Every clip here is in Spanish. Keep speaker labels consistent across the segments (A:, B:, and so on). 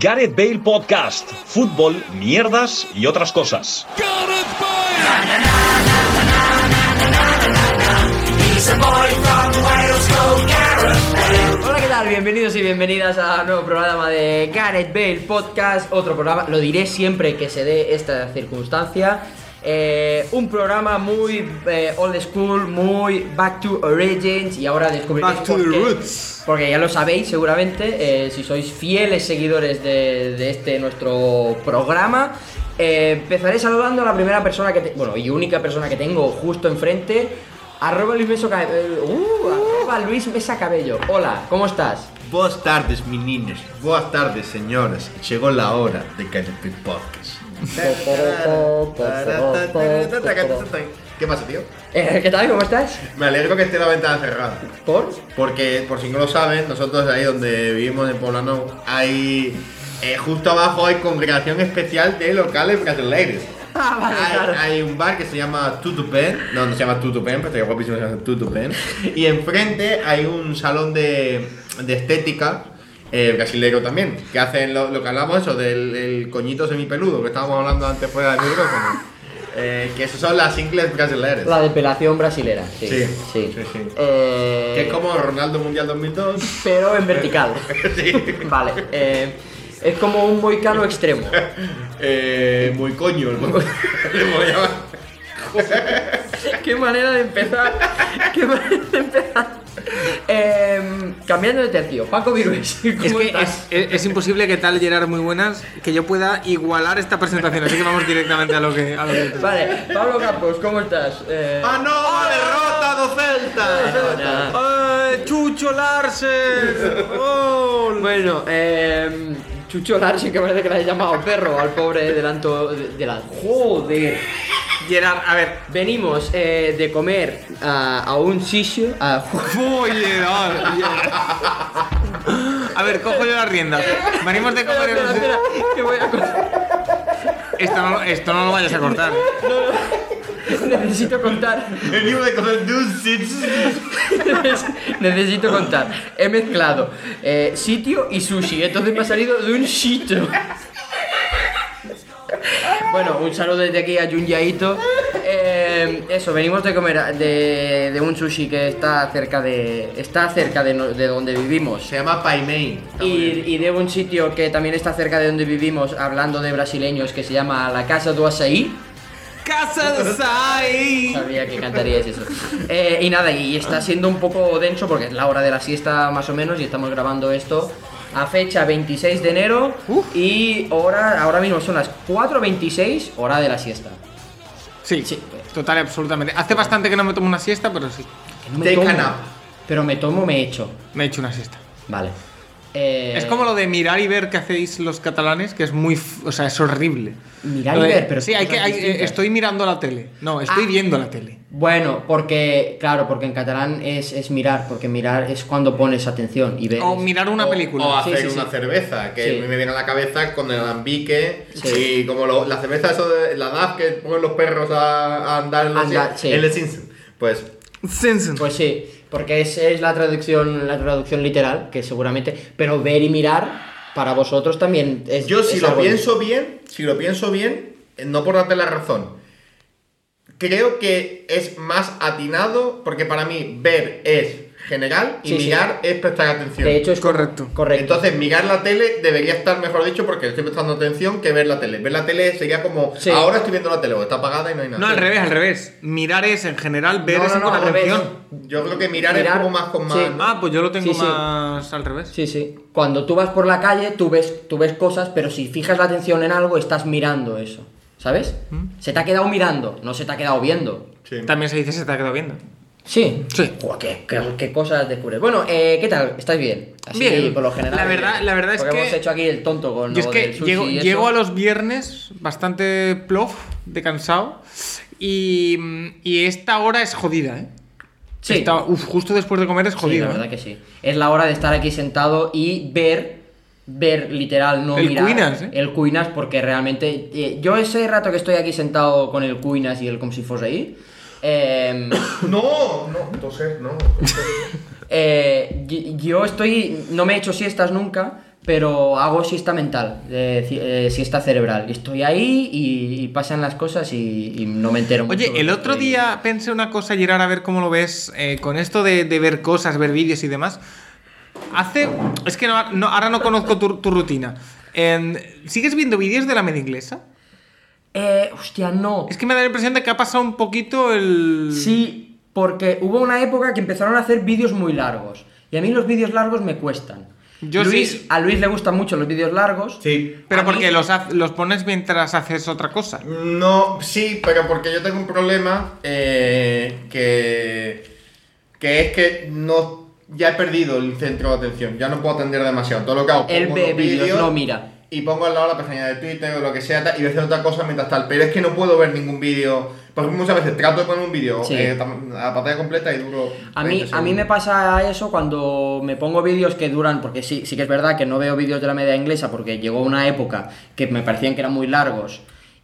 A: Gareth Bale Podcast, fútbol, mierdas y otras cosas.
B: Hola, ¿qué tal? Bienvenidos y bienvenidas a un nuevo programa de Gareth Bale Podcast. Otro programa, lo diré siempre que se dé esta circunstancia. Eh, un programa muy eh, old school, muy back to origins y ahora descubriréis
C: Back to
B: por
C: the
B: qué.
C: roots.
B: Porque ya lo sabéis seguramente, eh, si sois fieles seguidores de, de este nuestro programa. Eh, empezaré saludando a la primera persona que te- bueno y única persona que tengo justo enfrente, arroba Luis Mesa Cabello. arroba Luis Mesa Cabello. Hola, ¿cómo estás?
C: Buenas tardes, meninos. Buenas tardes, señores. Llegó la hora de Canopy Podcast. ¿Qué pasa, tío?
B: Eh, ¿Qué tal? ¿Cómo estás?
C: Me alegro que esté la ventana cerrada.
B: ¿Por?
C: Porque, por si no lo saben, nosotros ahí donde vivimos en Poblano, hay. eh, justo abajo hay congregación especial de locales brasileiros.
B: Ah, vale,
C: hay,
B: claro.
C: hay un bar que se llama Tutupen, no, no se llama Tutupen, pero estaría guapísimo que se llama Tutupen. Y enfrente hay un salón de, de estética eh, brasileiro también, que hacen lo, lo que hablamos eso, del el coñito semipeludo, que estábamos hablando antes fuera del micrófono. Eh, que esos son las ingles brasileiras.
B: La depilación brasilera. Sí.
C: Sí,
B: sí.
C: sí, sí.
B: Eh,
C: Que es como Ronaldo Mundial 2002.
B: Pero en vertical. Vale. eh, es como un moicano extremo.
C: Eh, muy coño, el mo- le voy a llamar.
B: Qué manera de empezar. Qué manera de empezar. Eh, cambiando de tercio, Paco Virués. ¿cómo
D: Es que es,
B: estás?
D: es- es imposible que tal Gerard muy buenas que yo pueda igualar esta presentación, así que vamos directamente a lo que. A lo que tú.
B: Vale, Pablo Campos, ¿cómo estás? Eh,
C: ¡Ah, no! ¡Derrota do
B: no,
C: Celta!
B: nada.
D: ¡Ay, ¡Eh, Chucho Larsen! ¡Oh! ¡Gol!
B: Bueno, eh, Chucho Larsen, que parece que le has llamado perro al pobre delanto. De, delan- ¡Joder!
D: Gerard, a ver.
B: Venimos eh, de comer a, a un sitio. A,
D: ¡Uy, Gerard! Gerard. A ver, cojo yo las riendas. Venimos de comer
B: Espera, espera,
D: el...
B: espera, que voy a contar.
D: Esto no, esto no lo vayas a cortar.
B: Necesito contar.
C: Venimos de comer dulces.
B: Necesito contar. He mezclado eh, sitio y sushi. Entonces me ha salido de un sitio. Bueno, un saludo desde aquí a Jun Yaito. Eh, eso, venimos de comer a- de, de un sushi que está cerca de. está cerca de, no- de donde vivimos.
C: Se llama Paimei.
B: Y, y de un sitio que también está cerca de donde vivimos, hablando de brasileños, que se llama La Casa do Açaí.
D: ¡Casa de Sai!
B: Sabía que cantaríais eso. Eh, y nada, y está siendo un poco denso porque es la hora de la siesta más o menos y estamos grabando esto a fecha 26 de enero y hora, ahora mismo son las 4.26, hora de la siesta.
D: Sí,
B: Sí.
D: total y absolutamente. Hace bastante que no me tomo una siesta, pero sí.
B: Que no me
C: Take a
B: tomo,
C: nap.
B: Pero me tomo, me echo.
D: Me he hecho una siesta.
B: Vale. Eh,
D: Es como lo de mirar y ver que hacéis los catalanes, que es muy. f- O sea, es horrible.
B: Mirar
D: Lo
B: y
D: de-
B: ver, pero
D: Sí,
B: son
D: hay que,
B: cosas
D: hay-
B: distintas.
D: eh, estoy mirando la tele. No, estoy
B: Ah.
D: viendo la tele.
B: Bueno, porque, claro, porque en catalán es, es mirar, porque mirar es cuando pones atención y ves.
D: O Oh, mirar una película.
C: O
B: Sí,
C: hacer
B: sí,
C: una
B: sí.
C: cerveza, que
B: Sí.
C: me viene a la cabeza con el alambique.
B: Sí.
C: Y como lo- la cerveza, eso de, la DAF que ponen los perros a, a andar en los
B: Andar, sí.
C: en los Simpsons. Pues,
D: Simpson.
B: Pues sí, porque es, es la traducción la traducción literal, que seguramente. Pero ver y mirar para vosotros también es.
C: yo si
B: es
C: lo
B: algo-
C: pienso bien, si lo pienso bien, eh, no por darte la razón, creo que es más atinado, porque para mí ver es general y
B: Sí, sí.
C: mirar es prestar atención.
B: De hecho, es como-
D: Correcto.
B: Correcto.
C: Entonces, mirar la tele debería estar, mejor dicho, porque estoy prestando atención que ver la tele. Ver la tele sería como,
B: Sí.
C: ahora estoy viendo la tele, o está apagada y no hay nada.
D: No, al revés, al revés. Mirar es en general, ver
B: No,
D: es
B: no, no,
D: con
B: al revés.
D: atención.
C: Yo creo que mirar, es
B: Mirar,
C: como más con más...
B: sí.
C: ¿no?
D: Ah, pues yo lo tengo
B: Sí, sí.
D: más al revés.
B: Sí, sí. Cuando tú vas por la calle, tú ves, tú ves cosas, pero si fijas la atención en algo, estás mirando eso. ¿Sabes?
D: ¿Mm?
B: Se te ha quedado mirando, no se te ha quedado viendo.
C: Sí.
D: También se dice se te ha quedado viendo.
B: Sí.
D: Sí.
B: Joder, qué, qué- qué cosas descubres. Bueno, eh, ¿qué tal? ¿Estáis bien? Así
D: Bien.
B: por lo general.
D: La verdad-
B: bien.
D: la verdad es
B: Porque
D: que-
B: hemos hecho aquí el tonto con
D: Yo es
B: lo
D: que
B: del sushi
D: llego,
B: y eso.
D: llego a los viernes bastante plof, de cansado. Y, y esta hora es jodida, ¿eh?
B: Sí.
D: Esta- uf, justo después de comer es
B: Sí,
D: jodida.
B: la
D: ¿eh?
B: verdad que sí. Es la hora de estar aquí sentado y ver, ver literal, no
D: El
B: mirar
D: Cuinas, ¿eh?
B: el Cuinas, porque realmente eh, yo ese rato que estoy aquí sentado con el Cuinas y el como si fuese ahí, eh,
C: No, no, entonces no.
B: eh, y- yo estoy, no me he hecho siestas nunca. pero hago siesta mental, eh, ci- eh, siesta cerebral. Y estoy ahí y, y pasan las cosas y, y no me entero. mucho de
D: Oye,
B: lo
D: el
B: que
D: otro
B: estoy-
D: día pensé una cosa, Gerard, a ver cómo lo ves, eh, con esto de, de ver cosas, ver vídeos y demás. Hace. Es que no, no- ahora no conozco tu, tu rutina. En- ¿Sigues viendo vídeos de la media inglesa?
B: Eh, hostia, no.
D: Es que me da la impresión de que ha pasado un poquito el.
B: Sí, porque hubo una época que empezaron a hacer vídeos muy largos. Y a mí los vídeos largos me cuestan.
D: Yo
B: Luis,
D: sí-
B: A Luis le gustan mucho los vídeos largos.
C: Sí.
D: Pero
B: A
D: porque
B: mí-
D: los, haz- los pones mientras haces otra cosa.
C: No, sí, pero porque yo tengo un problema eh, que, que es que no ya he perdido el centro de atención, ya no puedo atender demasiado. Todo lo que hago
B: Él
C: pongo
B: ve
C: los
B: vídeos,
C: vídeos
B: no mira.
C: Y pongo al lado la pestaña de Twitter o lo que sea tal, y voy a hacer otra cosa mientras tal. Pero es que no puedo ver ningún vídeo. Porque muchas veces trato de poner un vídeo
B: Sí.
C: eh, tam- a pantalla completa y duro.
B: A mí,
C: 20
B: a mí me
C: segundos.
B: pasa eso cuando me pongo vídeos que duran, porque sí, sí que es verdad que no veo vídeos de la media inglesa porque llegó una época que me parecían que eran muy largos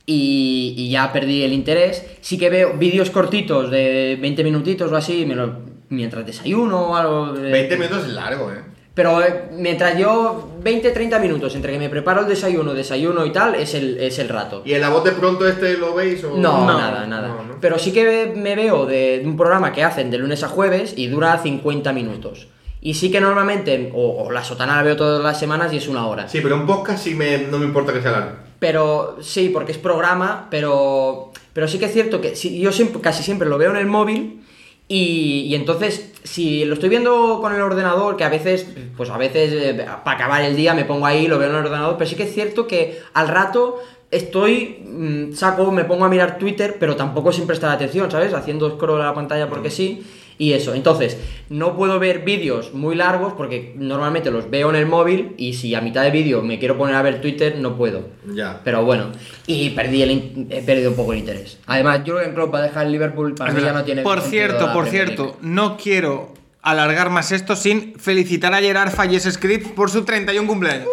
B: y, y ya perdí el interés. Sí que veo vídeos cortitos de 20 minutitos o así, me lo- mientras desayuno o algo. eh,
C: 20 minutos es largo, ¿eh?
B: Pero eh, mientras yo 20-30 minutos entre que me preparo el desayuno, desayuno y tal, es el, es el rato.
C: ¿Y en la voz de pronto este lo veis? O...
B: No, nada, nada.
C: No, ¿no?
B: Pero sí que me veo de un programa que hacen de lunes a jueves y dura 50 minutos. Y sí que normalmente, o, o la sotana la veo todas las semanas y es una hora.
C: Sí, pero un podcast sí me, no me importa que sea largo.
B: Pero sí, porque es programa, pero, pero sí que es cierto que sí, yo siempre, casi siempre lo veo en el móvil y, y entonces si lo estoy viendo con el ordenador, que a veces, pues a veces eh, para acabar el día me pongo ahí, lo veo en el ordenador, pero sí que es cierto que al rato estoy, mm, saco, me pongo a mirar Twitter, pero tampoco sin prestar atención, ¿sabes? Haciendo scroll a la pantalla porque sí. Y eso, entonces, no puedo ver vídeos muy largos porque normalmente los veo en el móvil y si a mitad de vídeo me quiero poner a ver Twitter, no puedo.
C: Ya.
B: Pero bueno, y perdí el in- he perdido un poco el interés. Además, Jurgen Klopp va a dejar el Liverpool para
D: Es
B: mí ya
D: verdad.
B: no tiene
D: por
B: sentido
D: cierto,
B: la
D: por
B: Premier
D: cierto,
B: League.
D: no quiero alargar más esto sin felicitar a Gerard Falles Script por su 31 cumpleaños.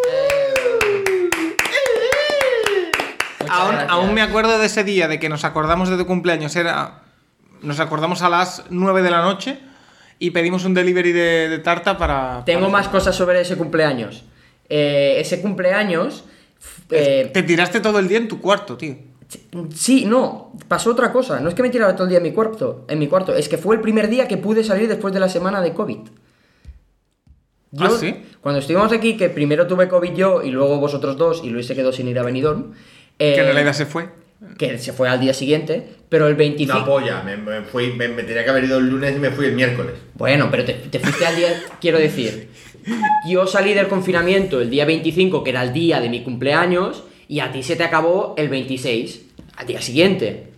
B: Muchas
D: Aún,
B: gracias.
D: aún me acuerdo de ese día de que nos acordamos de tu cumpleaños. Era, nos acordamos a las 9 de la noche y pedimos un delivery de, de tarta para.
B: Tengo
D: para-
B: más cosas sobre ese cumpleaños. Eh, ese cumpleaños. f- eh,
D: Te tiraste todo el día en tu cuarto, tío.
B: Sí, no, pasó otra cosa. No es que me tirara todo el día en mi cuarto, en mi cuarto, es que fue el primer día que pude salir después de la semana de COVID.
D: ¿Ah, sí?
B: Cuando estuvimos aquí, que primero tuve COVID yo y luego vosotros dos, y Luis se quedó sin ir a Benidorm. eh,
D: que en realidad se fue.
B: que se fue al día siguiente, pero el 25...
C: Una polla, me, me fui, me, me tenía que haber ido el lunes y me fui el miércoles.
B: Bueno, pero te, te fuiste al día, quiero decir. Yo salí del confinamiento el día 25, que era el día de mi cumpleaños, y a ti se te acabó el 26, al día siguiente.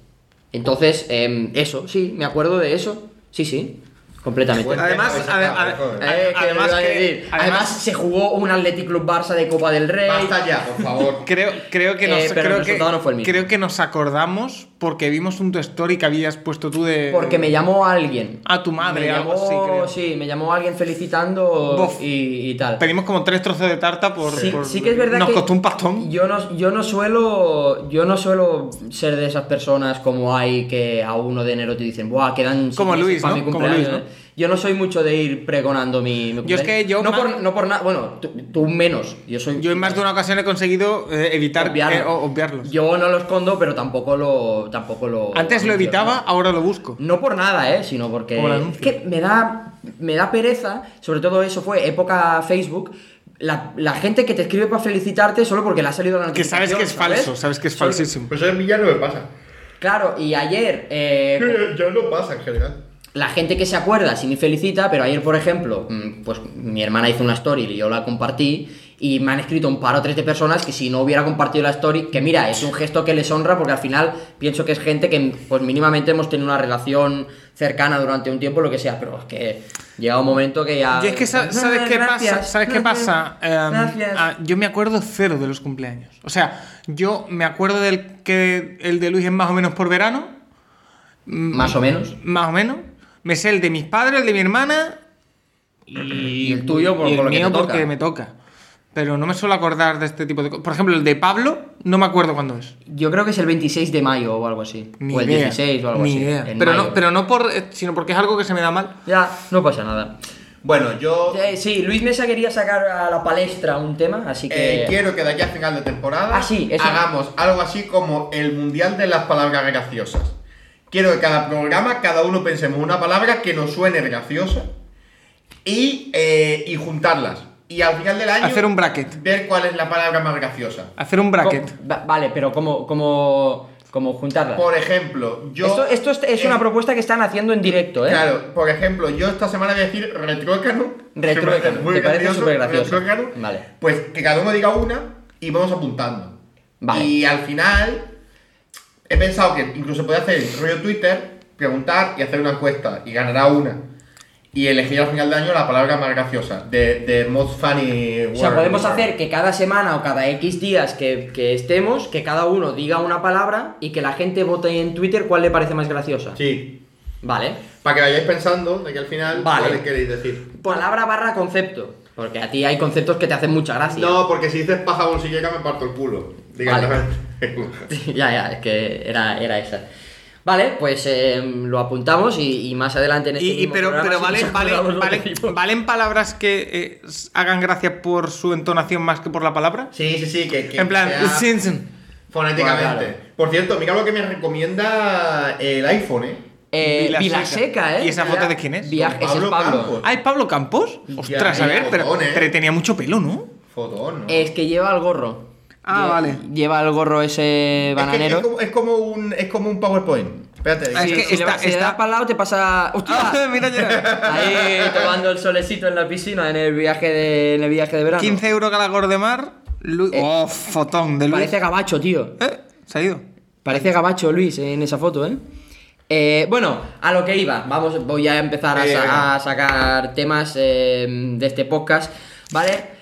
B: Entonces, em, eso, sí, me acuerdo de eso. Sí, sí, completamente.
C: Bueno,
D: Además,
C: pues,
D: ade-
C: ah,
D: ade-
C: joder.
B: Eh, que
D: además
B: iba a
D: que-
B: decir,
D: además-
B: además, se jugó un Athletic Club Barça de Copa del Rey.
C: Basta ya, por favor.
D: Creo, creo que nos,
B: Eh, pero el
D: creo que-
B: resultado no fue el mismo.
D: creo que nos acordamos porque vimos un tu story que habías puesto tú de.
B: Porque me llamó alguien.
D: A tu madre,
B: me
D: algo
B: llamó,
D: así, creo.
B: Sí, me llamó alguien felicitando
D: Bof.
B: y, y tal.
D: Pedimos como tres trozos de tarta por.
B: Sí,
D: por-
B: sí que es verdad
D: Nos
B: que
D: costó un pastón.
B: Yo no, yo no suelo yo no suelo ser de esas personas como hay que a 1 de enero te dicen, "Buah, quedan seis
D: Como
B: meses
D: Luis,
B: para
D: ¿no?
B: mi
D: Como
B: cumpleaños", ¿eh?
D: Luis, ¿no?
B: Yo no soy mucho de ir pregonando mi, mi
D: Yo es
B: cumpleaños.
D: que yo
B: no
D: más-
B: por no por nada, bueno, tú, tú menos. Yo soy
D: Yo en más de una ocasión he conseguido eh, evitar
B: obviarlo.
D: eh, o- obviarlos.
B: Yo no lo escondo, pero tampoco lo tampoco lo
D: Antes lo evitaba, ahora lo busco.
B: No por nada, ¿eh? Sino porque...
D: Como el
B: Es
D: anuncio.
B: que me da, me da pereza, sobre todo eso fue época Facebook, la, la gente que te escribe para felicitarte solo porque le ha salido la
D: Que
B: notificación.
D: sabes que es falso, sabes que es
B: Soy-
D: falsísimo.
C: Pues eso en Villa no me pasa.
B: Claro, y ayer... eh,
C: Que Ya no pasa en general.
B: la gente que se acuerda sí me felicita, pero ayer, por ejemplo, mm, pues mi hermana hizo una story y yo la compartí y me han escrito un par o tres de personas que si no hubiera compartido la story, que mira, es un gesto que les honra porque al final pienso que es gente que pues mínimamente hemos tenido una relación cercana durante un tiempo, lo que sea, pero es que llega un momento que ya...
D: Y es que sa-
B: Ah,
D: sabes qué pasa,
B: gracias,
D: sabes qué
B: gracias,
D: pasa. Em,
B: gracias.
D: ah, yo me acuerdo cero de los cumpleaños. O sea, yo me acuerdo del que el de Luis es más o menos por verano,
B: Más o menos.
D: más o menos. Me sé el de mis padres, el de mi hermana y,
B: Y el tuyo por-
D: y el
B: por lo que
D: mío
B: te toca.
D: porque me toca. Pero no me suelo acordar de este tipo de cosas. Por ejemplo, el de Pablo no me acuerdo cuándo es.
B: Yo creo que es el 26 de mayo o algo así.
D: Ni
B: o el
D: idea,
B: 16 o algo
D: ni
B: así.
D: idea.
B: en
D: Pero eh,
B: mayo.
D: no, pero no por, sino porque es algo que se me da mal.
B: Ya, no pasa nada.
C: Bueno, yo
B: Eh, Sí, Luis Mesa quería sacar a la palestra un tema, así que.
C: eh, quiero que de aquí a final de temporada
B: Ah, sí, eso.
C: hagamos algo así como el mundial de las palabras graciosas. Quiero que cada programa, cada uno pensemos una palabra que nos suene graciosa y, eh, y juntarlas. Y al final del año
D: Hacer un bracket.
C: ver cuál es la palabra más graciosa.
D: Hacer un bracket.
B: Co- va- vale, pero ¿cómo, cómo, cómo juntarlas?
C: Por ejemplo, yo...
B: esto esto es, es una
C: eh,
B: propuesta que están haciendo en directo, ¿eh?
C: Claro, por ejemplo, yo esta semana voy a decir retrócano.
B: Retrócano,
C: que me muy
B: te parece
C: gracioso,
B: supergracioso.
C: retrócano.
B: Vale.
C: Pues que cada uno diga una y vamos apuntando.
B: Vale.
C: Y al final, he pensado que incluso puede hacer rollo Twitter, preguntar y hacer una encuesta y ganará una. Y elegir al final de año la palabra más graciosa, de, de most funny
B: O sea,
C: word.
B: podemos hacer que cada semana o cada X días que, que estemos, que cada uno diga una palabra y que la gente vote en Twitter cuál le parece más graciosa.
C: Sí.
B: Vale.
C: Para que vayáis pensando de que al final,
B: Vale.
C: ¿cuál queréis decir?
B: Palabra barra concepto. Porque a ti hay conceptos que te hacen mucha gracia.
C: No, porque si dices paja bolsillera me parto el culo. Díganlo.
B: ya, ya, es que era, era esa. Vale, pues eh, lo apuntamos y, y más adelante en este
D: Y, y
B: mismo
D: pero,
B: programa,
D: pero
B: si nos
D: vale, vale-
B: acordamos, lo
D: vale-
B: decimos.
D: ¿valen palabras que eh, s- hagan gracia por su entonación más que por la palabra?
C: Sí, sí, sí, que, que
D: en plan,
C: sea
D: Simpson.
C: fonéticamente.
B: Bueno,
C: Por cierto, mira lo que me recomienda el iPhone, ¿eh?
B: Eh,
D: Vilaseca.
B: Vilaseca, ¿eh?
D: ¿Y esa foto de
B: Vila-
D: quién es?
B: Viaje- ese
C: Pablo
B: es Pablo.
C: Campos.
D: Ah, ¿es Pablo Campos?
C: Ya,
D: Ostras,
C: ya,
D: a ver, pero,
C: botón, eh.
D: pero tenía mucho pelo, ¿no?
C: Fotón, ¿no?
B: Es que lleva el gorro.
D: Ah,
B: Lle-
D: vale.
B: Lleva el gorro ese
C: Es que-
B: bananero.
C: es como, es como un, es como un PowerPoint. Espérate.
D: Ah, es
B: Sí,
D: que
B: si le
D: está-
B: va- si le
D: está-
B: das pa'l lado te pasa...
D: Ah,
B: ¡Hostia!
D: mira ya.
B: Ahí tomando el solecito en la piscina en el viaje de, en el viaje de verano.
D: 15 euros Galagor de Mar. Lu- oh, fotón de Luis.
B: Eh. Parece gabacho, tío.
D: Eh, se ha ido.
B: Parece gabacho Luis en esa foto, ¿eh? Eh, bueno, a lo que iba, vamos, voy a empezar a,
C: Eh,
B: sa-
C: venga.
B: a sacar temas eh, de este podcast, ¿vale?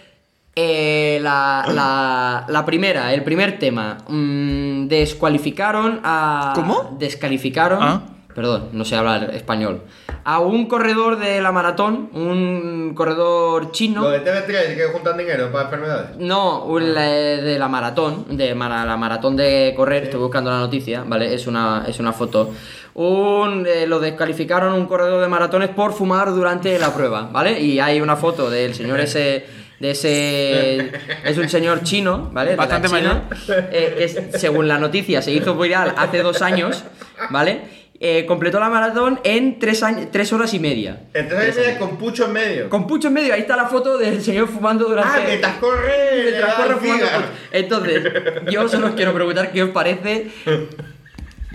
B: Eh, la, la- la primera, el primer tema, mm, descualificaron a...
D: ¿Cómo?
B: Descalificaron,
D: Ah.
B: perdón, no sé hablar español, a un corredor de la maratón, un corredor chino...
C: Lo de TV3 que juntan dinero para enfermedades.
B: No, un- la- de la maratón, de mara- la maratón de correr, estoy buscando la noticia, ¿vale? Es una, es una foto. Un, eh, lo descalificaron un corredor de maratones por fumar durante la prueba, ¿vale? Y hay una foto del señor ese, de ese, es un señor chino, ¿vale? De la
D: Bastante
B: China, eh, que es- según la noticia se hizo viral hace dos años, ¿vale? Eh, completó la maratón en tres, años, tres horas y media.
C: Entonces ahí con pucho en medio.
B: Con pucho en medio, ahí está la foto del señor fumando durante...
C: ah, mientras corre.
B: Mientras
C: le da
B: corre fumando
C: sida.
B: porros. Entonces, yo solo os quiero preguntar qué os parece.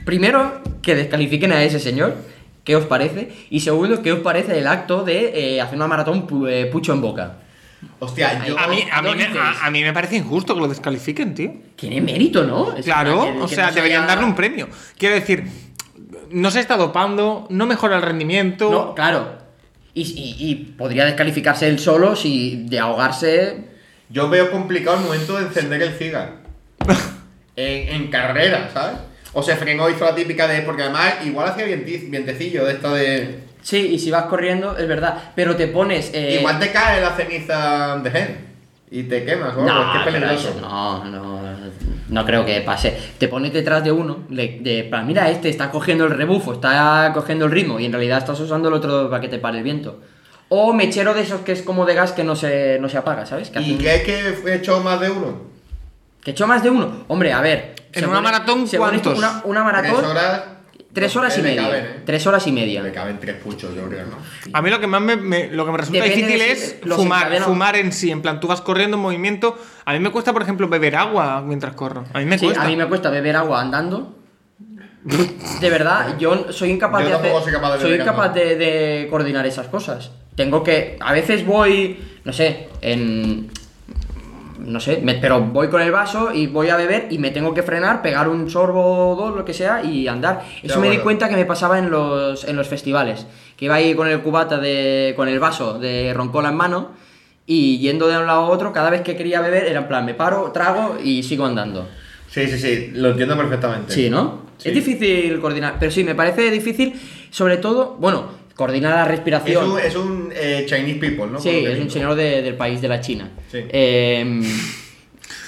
B: Primero, que descalifiquen a ese señor. ¿Qué os parece? Y segundo, ¿qué os parece el acto de eh, hacer una maratón pu- eh, pucho en boca?
C: Hostia,
B: Oh,
C: yo.
D: A mí, a,
B: no
D: mí me,
B: dices.
D: a- a mí me parece injusto que lo descalifiquen, tío.
B: Tiene mérito, ¿no? Es
D: Claro,
B: que- que
D: o
B: no
D: sea,
B: se
D: deberían
B: haya-
D: darle un premio. Quiero decir, no se está dopando, no mejora el rendimiento.
B: No, claro. Y, y- y podría descalificarse él solo si de ahogarse.
C: Yo veo complicado el momento de encender el cigar. en, en carrera, ¿sabes? O se frenó, hizo la típica de. Porque además, igual hacía vienti- vientecillo de esto de.
B: Sí, y si vas corriendo, es verdad. Pero te pones. eh,
C: Igual te cae la ceniza de gen y te quemas, ¿no?
B: No,
C: Qué
B: pero
C: peligroso.
B: eso no, no, no creo que pase. Te pones detrás de uno, le, de, plan, mira, este está cogiendo el rebufo, está cogiendo el ritmo y en realidad estás usando el otro para que te pare el viento. O mechero de esos que es como de gas que no se, no se apaga, ¿sabes? Que,
C: ¿Y
B: hacen-
C: crees que he hecho más de uno?
B: que echó más de uno. Hombre, a ver.
D: En
B: según-
D: una maratón,
B: según esto,
D: ¿cuántos?
B: Una, una
C: Tres
B: maratón,
C: horas.
B: tres horas y
C: le
B: media.
C: Caben, ¿eh?
B: Tres horas y
C: Le
B: media.
C: caben tres puchos, yo creo, ¿no?
D: A mí lo que más me, me- lo que me resulta
B: Depende
D: difícil
B: de si
D: es
B: los
D: fumar,
B: encadenan-
D: fumar en sí. En plan, tú vas corriendo en movimiento. A mí me cuesta, por ejemplo, beber agua mientras corro. A mí me
B: Sí,
D: cuesta.
B: a mí me cuesta beber agua andando. De verdad, yo soy incapaz
C: Yo
B: de hacer-
C: tampoco soy capaz de beber
B: incapaz
C: agua.
B: de, de coordinar esas cosas. Tengo que. A veces voy, no sé, en. No sé, me- pero voy con el vaso y voy a beber y me tengo que frenar, pegar un sorbo o dos, lo que sea, y andar. Eso me di
C: acuerdo.
B: cuenta que me pasaba en los, en los festivales. Que iba ahí con el cubata de. con el vaso de roncola en mano y yendo de un lado a otro, cada vez que quería beber era en plan, me paro, trago y sigo andando.
C: Sí, sí, sí, lo entiendo perfectamente.
B: Sí, ¿no?
C: Sí.
B: Es difícil coordinar, pero sí, me parece difícil, sobre todo, bueno, coordinar la
C: Es
B: respiración.
C: un, es un eh, Chinese people, ¿no? Por lo
B: sí,
C: que
B: es un
C: digo.
B: señor de- del país de la China.
C: Sí.
B: Eh,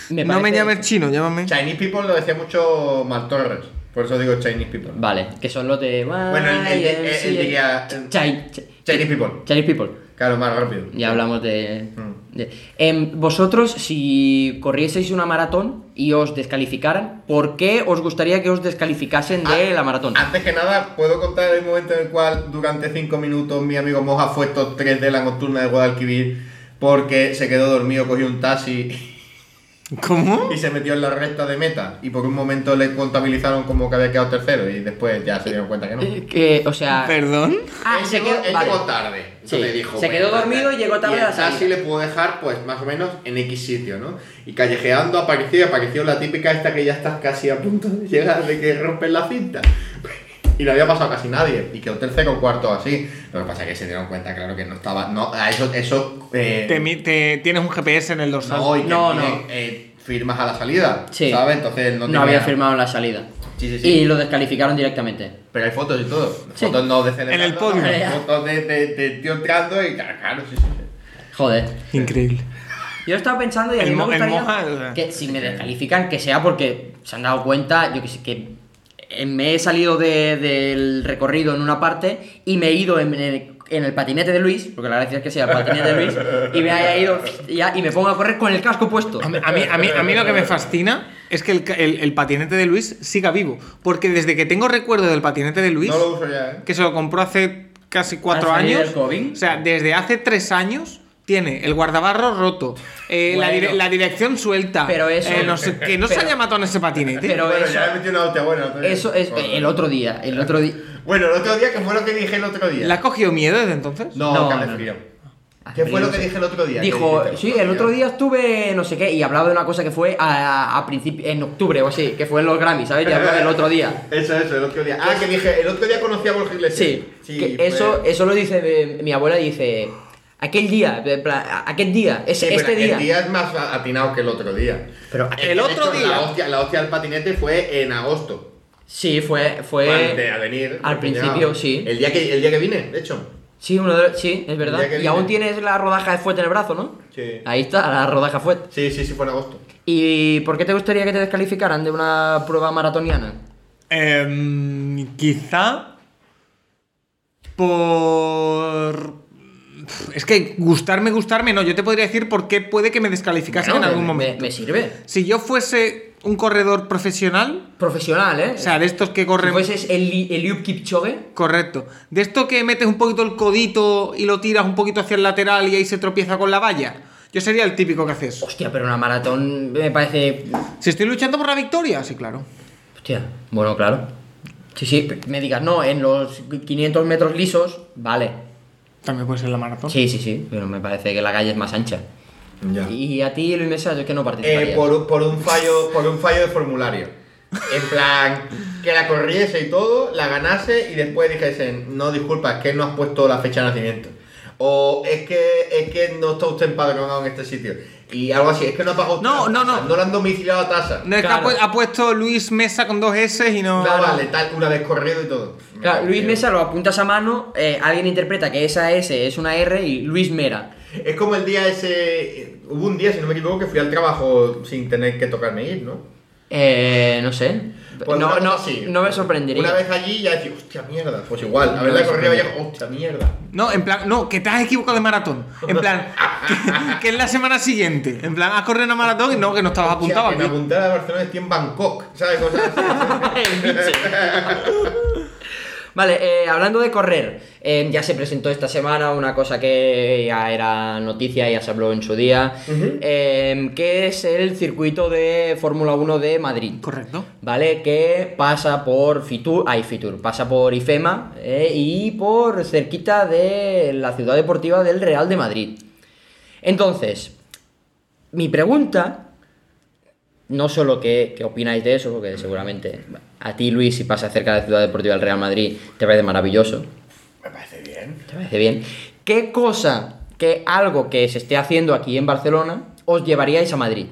D: No me
B: parece-
D: llames chino, llámame.
C: Chinese people lo decía mucho Mal Torres. Por eso digo Chinese people.
B: Vale, que son los de...
C: Bueno, él- él- él- él diría-
B: Chi- chi-
C: Chinese people.
B: Chinese people.
C: Claro, más rápido.
B: Ya hablamos de...
C: Mm.
B: de- Em, vosotros, si corrieseis una maratón y os descalificaran, ¿por qué os gustaría que os descalificasen de
C: Ah,
B: la maratón?
C: Antes que nada, ¿puedo contar el momento en el cual durante 5 minutos mi amigo Moja fue top 3 de la nocturna de Guadalquivir porque se quedó dormido, cogió un taxi
D: ¿Cómo?
C: y se metió en la recta de meta? Y por un momento le contabilizaron como que había quedado tercero y después ya se dieron cuenta que no.
B: Eh, que, o sea...
D: Perdón.
B: Ah,
C: él
B: se
C: llegó,
B: quedó,
C: él
B: vale.
C: llegó tarde. Eso
B: Sí.
C: le dijo,
B: Se quedó
C: "Venga,
B: dormido
C: tal".
B: y llegó tarde
C: y
B: a la
C: el taxi
B: salida.
C: le pudo dejar, pues, más o menos en X sitio, ¿no? Y callejeando apareció y apareció la típica esta que ya estás casi a punto de llegar, de que rompes la cinta. Y no había pasado casi nadie. Y quedó tercero o cuarto así. Lo que pasa es que se dieron cuenta, claro, que no estaba. No, a eso. eso eh,
D: Te, mi- te- tienes un GPS en el dorsal.
C: no, y te
B: No,
C: piden,
B: no.
C: eh, firmas a la salida.
B: Sí.
C: ¿Sabes? Entonces no,
B: No,
C: tenía-
B: había firmado la salida.
C: Sí, sí, sí.
B: Y lo descalificaron directamente.
C: Pero hay fotos y todo.
B: Sí.
C: Fotos no de celebrando,
D: En el podio.
C: no, Fotos de, de, de tío entrando y claro, claro, sí, sí. sí.
B: Joder.
D: Increíble.
B: Yo estaba pensando y a
D: El
B: mí me
D: mo- el
B: gustaría
D: moja-
B: que si me descalifican, que sea porque se han dado cuenta, yo que sé, que eh, me he salido de- del recorrido en una parte y me he ido en el, en el patinete de Luis, porque la gracia es que sea el patinete de Luis, y me haya ido y, ya- y me pongo a correr con el casco puesto.
D: A mí, a mí, a mí- a mí lo que me fascina es que el, ca- el- el patinete de Luis siga vivo. Porque desde que tengo recuerdo del patinete de Luis,
C: No lo uso ya, ¿eh?
D: que se lo compró hace casi cuatro
B: ¿Al salir
D: años.
B: del COVID?
D: O sea, desde hace tres años tiene el guardabarro roto, eh, la,
B: Bueno.
D: dire- la dirección suelta.
B: Pero eso-
D: eh, no sé- que no se
B: pero-
D: haya matado en ese patinete.
B: pero-
C: bueno,
B: eso-
C: ya le metí una hostia buena. el otro día.
B: Eso es
C: Joder.
B: el otro día, el otro día.
C: Bueno, el otro día, ¿qué fue lo que dije el otro día?
D: ¿Le has cogido miedo desde entonces?
C: No,
B: No,
C: que hace
B: no.
C: frío. ¿Qué fue lo que dije el otro día?
B: Dijo,
C: ¿Qué dijiste
B: sí, el otro día estuve no sé qué y hablaba de una cosa que fue a, a principi- en octubre o así, que fue en los Grammys, ¿sabes? Y hablaba del otro día.
C: Eso, eso, el otro día. Ah, que dije, el otro día conocí a Borja Iglesias.
B: Sí, que
C: fue-
B: eso, eso lo dice eh, mi abuela, dice, aquel día, en plan, a- aquel día,
C: Sí,
B: ese,
C: pero
B: este
C: aquel
B: día.
C: día es más a- atinado que el otro día.
B: Pero
C: Es que,
D: el
C: de
D: otro
C: hecho,
D: día-
C: La hostia, la hostia del patinete fue en agosto.
B: Sí, fue, fue,
C: antes de venir.
B: al
C: porque
B: principio,
C: llegaba.
B: sí.
C: El día, que, el día que vine, de hecho.
B: sí, uno de los- sí, es verdad.
C: día que
B: Y aún
C: viene.
B: tienes la rodaja de fuete en el brazo, ¿no?
C: Sí.
B: Ahí está, la rodaja fuerte.
C: Sí, sí, sí, fue en agosto.
B: ¿Y por qué te gustaría que te descalificaran de una prueba maratoniana?
D: Em, quizá por... Es que gustarme, gustarme, no. Yo te podría decir por qué puede que me descalificasen
B: Bueno, pues, eh.
D: en algún
B: me-
D: momento.
B: Me, me sirve.
D: Si yo fuese un corredor profesional,
B: Profesional, ¿eh?
D: o sea, de estos que corren...
B: pues es el Eliud Kipchoge.
D: Correcto. De esto que metes un poquito el codito y lo tiras un poquito hacia el lateral y ahí se tropieza con la valla. Yo sería el típico que hace eso.
B: Hostia, pero una maratón me parece.
D: Si estoy luchando por la victoria, sí, claro.
B: Hostia. Bueno, claro. Sí, sí, me digas, no, en los 500 metros lisos, vale.
D: También puede ser la maratón.
B: Sí, sí, sí, pero me parece que la calle es más ancha.
C: Ya.
B: Y a ti, Luis Mesa, yo es que no participaría.
C: Eh, por, un- por un fallo, por un fallo de formulario. En plan, que la corriese y todo, la ganase y después dijesen, no, disculpa, es que no has puesto la fecha de nacimiento. O es que, es que no está usted empadronado en este sitio. Y algo así, es que no ha pagado usted
D: No,
C: la
D: no,
C: tasa,
D: no.
C: No le han domiciliado la tasa.
D: No es
B: Claro.
D: que ha, pu- ha puesto Luis Mesa con dos S y no.
C: Ah, vale, tal, una vez corrido y todo.
B: Claro, Luis Mesa lo apuntas a mano, eh, alguien interpreta que esa S es una R y Luis Mera.
C: Es como el día ese, hubo un día, si no me equivoco, que fui al trabajo sin tener que tocarme ir, ¿no?
B: Eh, no sé.
C: Pues
B: no,
C: una
B: no,
C: cosa así.
B: no me sorprendería.
C: Una vez allí ya decís, hostia mierda. Pues igual, a ver
B: No
C: la
B: me
C: corrida ya, hostia mierda.
D: No, en plan, no, que te has equivocado de maratón. En plan, que, que es la semana siguiente. En plan, has corrido una maratón y no, que no estabas apuntado
C: Hostia, que
D: aquí.
C: Me apuntaba a Barcelona estoy en Bangkok, ¿sabes? Cosas así.
B: El biche. Vale, eh, hablando de correr, eh, ya se presentó esta semana una cosa que ya era noticia, ya se habló en su día, eh, que es el circuito de Fórmula 1 de Madrid.
D: Correcto.
B: ¿Vale? Que pasa por Fitur, ay, Fitur, pasa por IFEMA eh, y por cerquita de la ciudad deportiva del Real de Madrid. Entonces, mi pregunta, no solo qué, qué opináis de eso, porque seguramente a ti, Luis, si pasa cerca de la ciudad deportiva del Real Madrid, te parece maravilloso,
C: Me parece bien.
B: te parece bien. ¿Qué cosa, que algo que se esté haciendo aquí en Barcelona, os llevaríais a Madrid?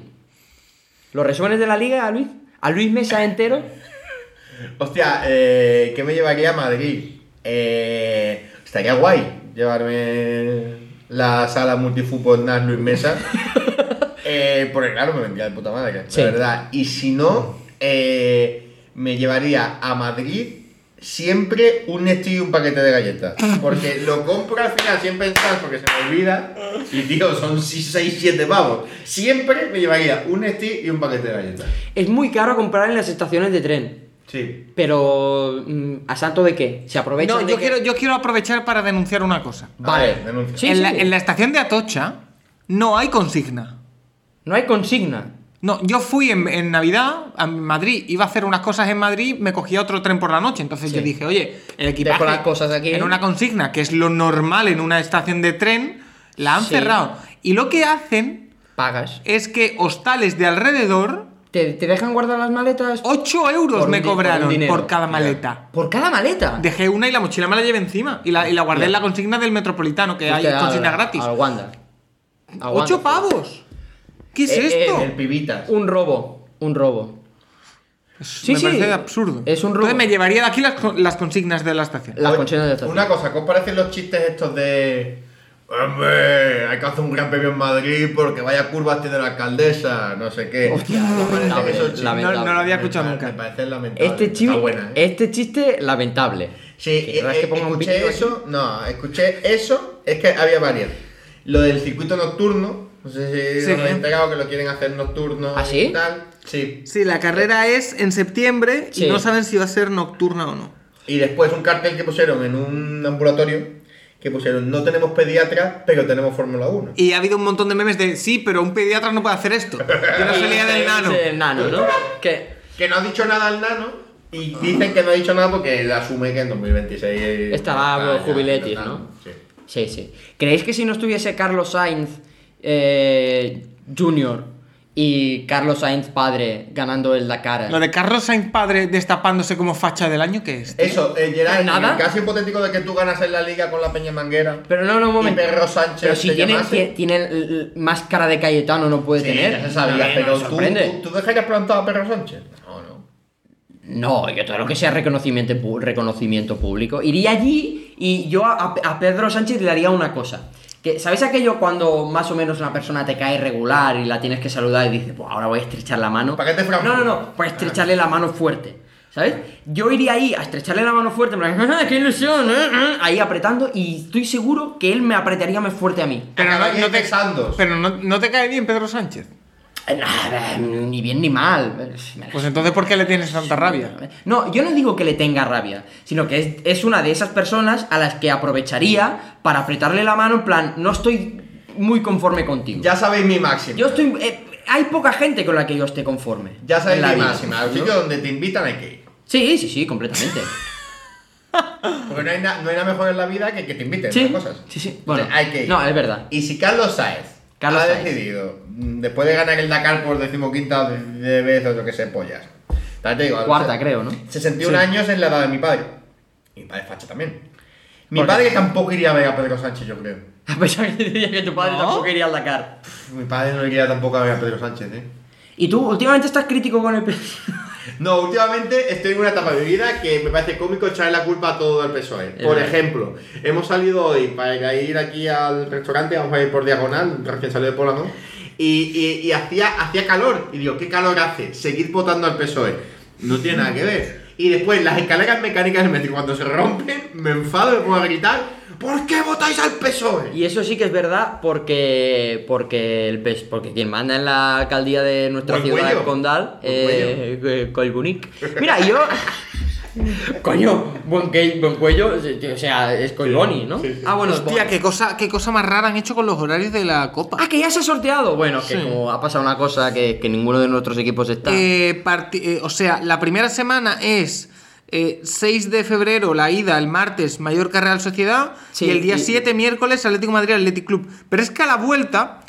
B: ¿Los resúmenes de la liga, a Luis? ¿A Luis Mesa entero?
C: Hostia, eh, ¿qué me llevaría a Madrid? Eh, estaría guay llevarme la sala multifútbol Nas Luis Mesa. Eh, porque claro, me vendría de puta madre,
B: Sí.
C: la verdad. Y si no, eh, me llevaría a Madrid siempre un Nestí y un paquete de galletas. Porque lo compro al final sin pensar, porque se me olvida. Y tío, son 6, 7 pavos. Siempre me llevaría un Nestí y un paquete de galletas.
B: Es muy caro comprar en las estaciones de tren.
C: Sí.
B: Pero. mm, ¿A santo de qué? ¿Se aprovecha?
D: No, yo quiero, yo quiero aprovechar para denunciar una cosa.
B: Vale.
C: ver, denuncia.
B: Sí,
D: en,
B: sí.
D: La, en la estación de Atocha no hay consigna.
B: No hay consigna.
D: No, yo fui en, en Navidad a Madrid, iba a hacer unas cosas en Madrid, me cogía otro tren por la noche. Entonces
B: Sí.
D: yo dije, oye, el equipaje.
B: Dejo las cosas aquí.
D: En una consigna, que es lo normal en una estación de tren, la han
B: Sí.
D: cerrado. Y lo que hacen
B: Pagas.
D: es que hostales de alrededor,
B: ¿Te, te dejan guardar las maletas?
D: 8 euros
B: Por un
D: me
B: di- por un
D: cobraron por,
B: dinero.
D: cada
C: Ya.
D: maleta.
B: ¿Por cada maleta?
D: Dejé una y la mochila me la llevé encima. Y la, y la guardé en la consigna del metropolitano, que hay
B: Hostia,
D: consigna
B: al-
D: gratis.
B: Al Wanda. Al Wanda,
D: ¡Ocho
B: sí.
D: pavos! ¿Qué es
B: Eh, eh,
D: esto?
C: El pibitas.
B: Un robo. Un robo. Sí,
D: me
B: sí.
D: parece absurdo.
B: Es un robo.
D: Entonces me llevaría de aquí las, co- las consignas de la estación.
B: Las consignas de estación.
C: Una cosa, ¿qué os parecen los chistes estos de. Hombre, hay que hacer un gran premio en Madrid porque vaya curvas tiene la alcaldesa, no sé qué.
B: Hostia,
C: Me parece que
B: lamentable,
C: esos chistes-
D: No,
B: lamentable.
D: no lo había escuchado
C: me, pa-
D: nunca.
C: Me parece lamentable.
B: Este
C: Está
B: chiste,
C: buena, ¿eh?
B: este chiste lamentable.
C: Sí,
B: Que
C: eh,
B: no es que
C: eh,
B: ponga un
C: escuché
B: vídeo aquí.
C: eso, no, escuché eso, es que había varias. Lo del circuito nocturno, no sé si
D: Sí.
C: os habéis enterado que lo quieren hacer nocturno
B: ¿Ah, sí?
C: y tal. Sí.
D: Sí, la carrera es en septiembre
B: Sí.
D: y no saben si va a ser nocturna o no.
C: Y después un cartel que pusieron en un ambulatorio que pusieron no tenemos pediatras, pero tenemos Fórmula 1.
D: Y ha habido un montón de memes de sí, pero un pediatra no puede hacer esto. Que no se lía del nano.
B: Del nano, ¿no? Que
C: Que no ha dicho nada el nano y dicen que no ha dicho nada porque él asume que en
B: Estará,
C: 2026 está
B: bueno,
C: ya,
B: jubiletis,
C: ya está,
B: ¿no?
C: Sí.
B: Sí, sí. ¿Creéis que si no estuviese Carlos Sainz eh, Junior y Carlos Sainz padre ganando el Dakar?
D: Lo de Carlos Sainz padre destapándose como facha del año, ¿qué es?
C: Eso, eh, Gerard,
B: ¿Nada?
C: en el caso hipotético de que tú ganas en la liga con la Peña Manguera.
B: Pero no, no, un momento.
C: Y Pedro Sánchez
B: Pero si
C: te
B: tiene,
C: llamase.
B: tie- tiene el- el- más cara de Cayetano, no puede
C: Sí,
B: tener.
C: ya se sabía,
B: No,
C: pero
B: no,
C: tú,
B: sorprende.
C: tú, tú dejarías plantado a Perro Sánchez. No, no.
B: No, yo todo lo que sea reconocimiento, pu- reconocimiento público. Iría allí y yo a, a Pedro Sánchez le haría una cosa. Que, ¿Sabéis aquello cuando más o menos una persona te cae regular y la tienes que saludar y dices, pues ahora voy a estrechar la mano?
C: Paquete Frankfurt.
B: No, no, no, para estrecharle la mano fuerte. ¿Sabes? Yo iría ahí a estrecharle la mano fuerte, en plan, "Ah, ¡qué ilusión! ah, ah", ahí apretando y estoy seguro que él me apretaría más fuerte a mí.
D: Pero no,
C: Acabaría
D: no te,
C: empezando.
D: pero no, no te cae bien Pedro Sánchez.
B: Eh, Nada, ni bien ni mal.
D: Pues entonces, ¿por qué le tienes tanta rabia?
B: No, yo no digo que le tenga rabia, sino que es, es una de esas personas a las que aprovecharía para apretarle la mano en plan, no estoy muy conforme contigo.
C: Ya sabéis mi máxima.
B: Yo estoy... eh, hay poca gente con la que yo esté conforme.
C: ya sabéis
B: en la
C: mi
B: vida,
C: máxima. Al
B: ¿no?
C: sitio donde te invitan hay que ir.
B: Sí, sí, sí, completamente.
C: Porque no hay, na- no hay nada mejor en la vida que que te inviten
B: sí,
C: a cosas.
B: sí, sí. Bueno,
C: Entonces, hay que ir.
B: no, es verdad.
C: Y si Carlos Sáez
B: Carlos
C: ha
B: Sainz.
C: decidido, mm, después de ganar el Dakar por decimoquinta de vez o lo que sea, pollas. También te digo,
B: Cuarta,
C: se-
B: creo, ¿no?
C: 61
B: Sí.
C: años es la edad de mi padre. Mi padre es facha también. Mi
B: ¿Por qué?
C: padre tampoco iría a ver a Pedro Sánchez, yo creo.
B: A pesar que diría que tu padre
D: ¿No?
B: tampoco iría al Dakar.
C: Mi padre no iría tampoco a ver a Pedro Sánchez, ¿eh?
B: Y tú últimamente estás crítico con el... pe-
C: No, últimamente estoy en una etapa de mi vida que me parece cómico echarle la culpa a todo el PSOE.
B: Es
C: E. Por
B: verdad.
C: ejemplo, hemos salido hoy para ir aquí al restaurante, vamos a ir por diagonal, recién salido de Polano, y, y- y hacía, hacía calor. Y digo, ¿qué calor hace? Seguid votando al PSOE. E. No tiene nada que ver. Y después las escaleras mecánicas del metro, cuando se rompen, me enfado y me pongo a gritar, ¿por qué votáis al PSOE?
B: Y eso sí que es verdad porque porque el pes- porque quien manda en la alcaldía de nuestra
C: Colcuello.
B: ciudad Condal eh, eh, Colbunic. Mira, yo Coño, buen, que- buen cuello, o sea, es Colboni, ¿no? Ah, bueno,
D: Hostia,
B: Boni.
D: qué cosa, qué cosa más rara han hecho con los horarios de la copa.
B: Ah, que ya se ha sorteado. Bueno, que
D: Sí.
B: como ha pasado una cosa que, que ninguno de nuestros equipos está.
D: Eh, parti- eh, o sea, la primera semana es eh, 6 de febrero la ida, el martes Mallorca Real Sociedad
B: Sí,
D: y el día
B: y-
D: 7 miércoles Atlético Madrid Athletic Club. Pero es que a la vuelta,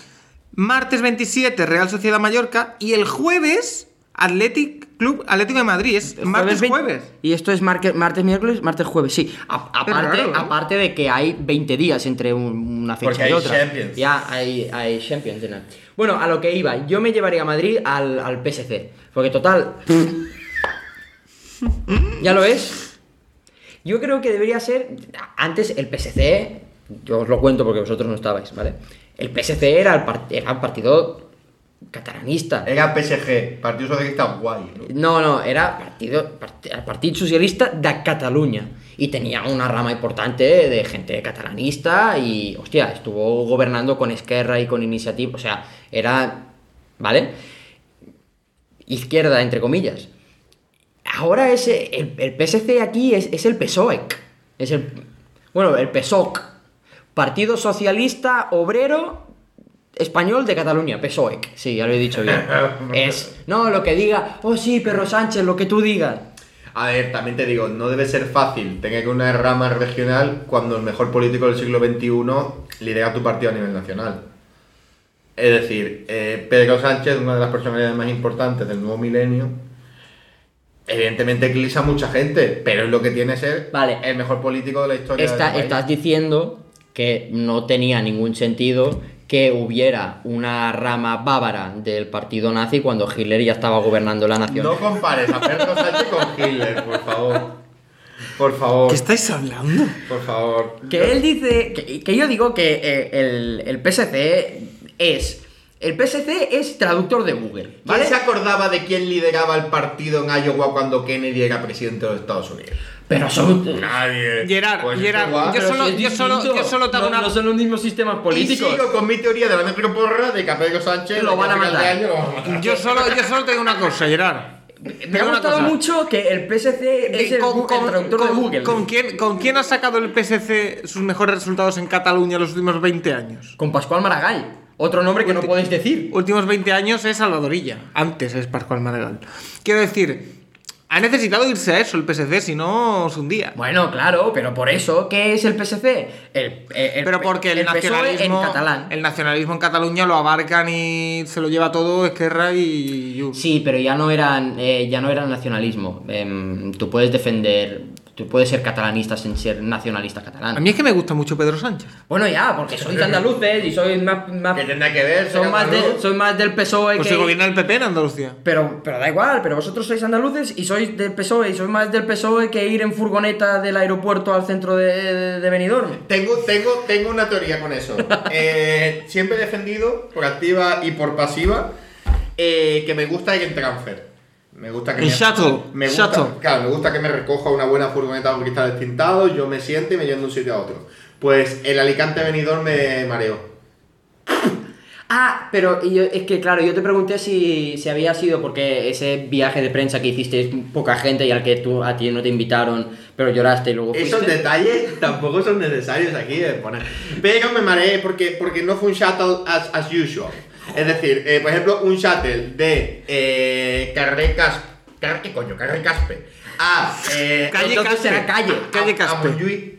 D: martes 27 Real Sociedad Mallorca y el jueves Athletic Club Atlético de Madrid. Es martes
B: vein-
D: jueves.
B: Y esto es marque- martes, miércoles, martes, jueves, sí. A- aparte,
D: raro, ¿no?
B: aparte de que hay 20 días entre un- una fecha
C: Porque
B: y
C: hay
B: otra.
C: Champions.
B: Ya hay, hay Champions. ¿no? Bueno, a lo que iba, yo me llevaría a Madrid al, al PSC. Porque total. ¿Ya lo es? Yo creo que debería ser. Antes el PSC, yo os lo cuento porque vosotros no estabais, ¿vale? El PSC era el, par- era el partido catalanista.
C: Era PSG, Partido Socialista guay. ¿no?
B: No, no, era partido, parti- el Partit Socialista de Cataluña. Y tenía una rama importante de gente catalanista y, hostia, estuvo gobernando con Esquerra y con Iniciativa. O sea, era, ¿vale? Izquierda, entre comillas. Ahora ese, el, el PSC aquí es, es el PSOEC. E Es el, bueno, el PSOC. Partido Socialista Obrero Español de Cataluña, PSOEC. E Sí, ya lo he dicho bien. es, no, lo que diga, oh sí, perro Sánchez, lo que tú digas.
C: A ver, también te digo, no debe ser fácil tener que una rama regional cuando el mejor político del siglo XXI lidera tu partido a nivel nacional. Es decir, eh, Pedro Sánchez, una de las personalidades más importantes del nuevo milenio, evidentemente eclipsa a mucha gente, pero es lo que tiene ser
B: Vale.
C: el mejor político de la historia.
B: Está-
C: del país.
B: estás diciendo que no tenía ningún sentido que hubiera una rama bávara del partido nazi cuando Hitler ya estaba gobernando la nación.
C: No compares a Pedro Sánchez con Hitler, por favor. Por favor,
D: ¿Qué estáis hablando?
C: por favor.
B: Que él dice. Que, que yo digo que eh, el, el PSC es. El PSC es traductor de Google. ¿Vale?
C: ¿Quién se acordaba de quién lideraba el partido en Iowa cuando Kennedy era presidente de los Estados Unidos?
B: Pero son.
C: Nadie.
D: Gerard,
C: Pues
D: Gerard,
C: igual.
D: yo
B: este Pero
D: solo,
B: si es
D: yo solo,
B: distinto.
D: yo solo te hago
B: no,
D: una.
B: no son los mismos sistemas políticos.
C: Y sigo con mi teoría de la necroporra de que a Pedro Sánchez
B: Lo van a
C: de final de
B: matar.
C: año lo van a matar.
D: Yo solo, yo solo te digo una cosa, Gerard.
B: Me ha gustado mucho que el PSC es el, Gu- el traductor de Google.
D: Eh, con quién, ¿Con quién ha sacado el PSC sus mejores resultados en Cataluña los últimos 20 años?
B: Con Pascual Maragall. Otro nombre que no podéis decir.
D: Últimos 20 años es Salvadorilla. Antes es Pascual Maragall. Quiero decir, ha necesitado irse a eso el PSC, si no os hundía.
B: Bueno, claro, pero por eso, ¿qué es el PSC? El, eh, el
D: Pero
B: P-
D: porque el,
B: el PSOE
D: nacionalismo
B: en catalán.
D: el nacionalismo en Cataluña lo abarcan y se lo lleva todo Esquerra y Junts.
B: Sí, pero ya no eran, eh, ya no eran nacionalismo. Em, tú puedes defender, tú puedes ser catalanista sin ser nacionalista
D: A
B: catalán.
D: mí es que me gusta mucho Pedro Sánchez.
B: Bueno, ya, porque sois andaluces y sois más, más-
C: ¿Qué tendrá que ver?
B: sois
C: señor
B: más, de-
C: Barrón?
B: sois más del PSOE
D: Pues
B: E que.
D: se gobierna el PP en Andalucía.
B: Pero, pero da igual, pero vosotros sois andaluces y sois del PSOE E, y sois más del PSOE E que ir en furgoneta del aeropuerto al centro de, de, de Benidorm.
C: Tengo, tengo, tengo una teoría con eso. Eh, siempre he defendido, por activa y por pasiva, eh, que me gusta el transfer. Me gusta que
D: El
C: me,
D: shuttle,
C: me gusta,
D: shuttle.
C: Claro, me gusta que me recoja una buena furgoneta con cristales tintados, yo me siente y me llevo de un sitio a otro. Pues el Alicante venidor me mareó.
B: Ah, pero y yo- es que claro, yo te pregunté si, si había sido porque ese viaje de prensa que hicisteis poca gente y al que tú a ti no te invitaron, pero lloraste y luego
C: Esos
B: fuiste.
C: detalles tampoco son necesarios aquí de poner. Pero me mareé porque, porque no fue un shuttle as, as usual. Es decir, eh, por ejemplo, un shuttle de eh, Carrer Caspe. ¿Qué coño? Carrer Caspe. A. eh,
D: Calle
B: Entonces
D: Caspe.
B: será calle.
D: Calle
C: a-
D: Caspe.
C: a Montjuïc,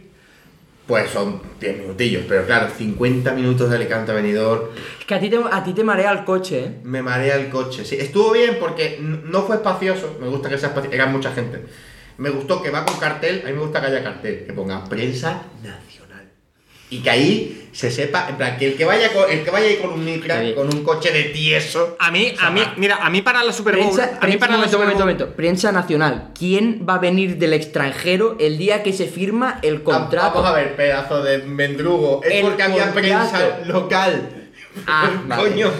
C: Pues son 10 minutillos, pero claro, 50 minutos de Alicante a Benidorm,
B: Es que a ti te, a ti te marea el coche, ¿eh?
C: me marea el coche. Sí, estuvo bien porque n- no fue espacioso. Me gusta que sea espacioso. Era mucha gente. Me gustó que va con cartel. A mí me gusta que haya cartel. Que ponga prensa nacional. Y que ahí se sepa. En plan, que el que vaya con, el que vaya ahí con un micra,
B: Qué bien.
C: con un coche de tieso.
B: Ah,
D: A mí, a mí, mira, a mí para la Super Bowl,
B: Prensa,
D: a mí
B: prensa-
D: para la
B: momento,
D: Super
B: momento,
D: Bowl-
B: momento. Prensa nacional. ¿Quién va a venir del extranjero el día que se firma el contrato?
C: Ah, Vamos a ver, pedazo de mendrugo. Es
B: El
C: porque había
B: contrato.
C: prensa local.
B: Ah, vale. Ah,
C: Coño,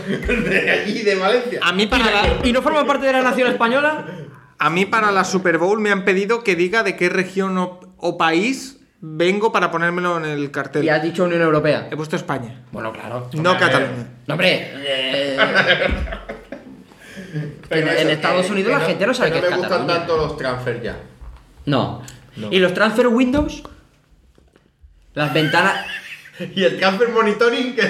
C: de allí, de Valencia.
D: a mí para la,
B: ¿Y no forma parte de la nación española?
D: a mí para la Super Bowl me han pedido que diga de qué región o, o país vengo para ponérmelo en el
B: Y has
D: cartel.
B: dicho Unión Europea.
D: He puesto España,
B: Bueno, claro.
D: no
C: Hombre,
D: Cataluña.
B: No, hombre. eh,
C: Pero
B: en Estados Unidos la
C: no-
B: gente no sabe
C: que
B: que es
C: No me gustan
B: Cataluña.
C: tanto los transfers ya.
B: no.
C: No.
B: ¿Y los transfer windows? Las ventanas.
C: Y el transfer monitoring que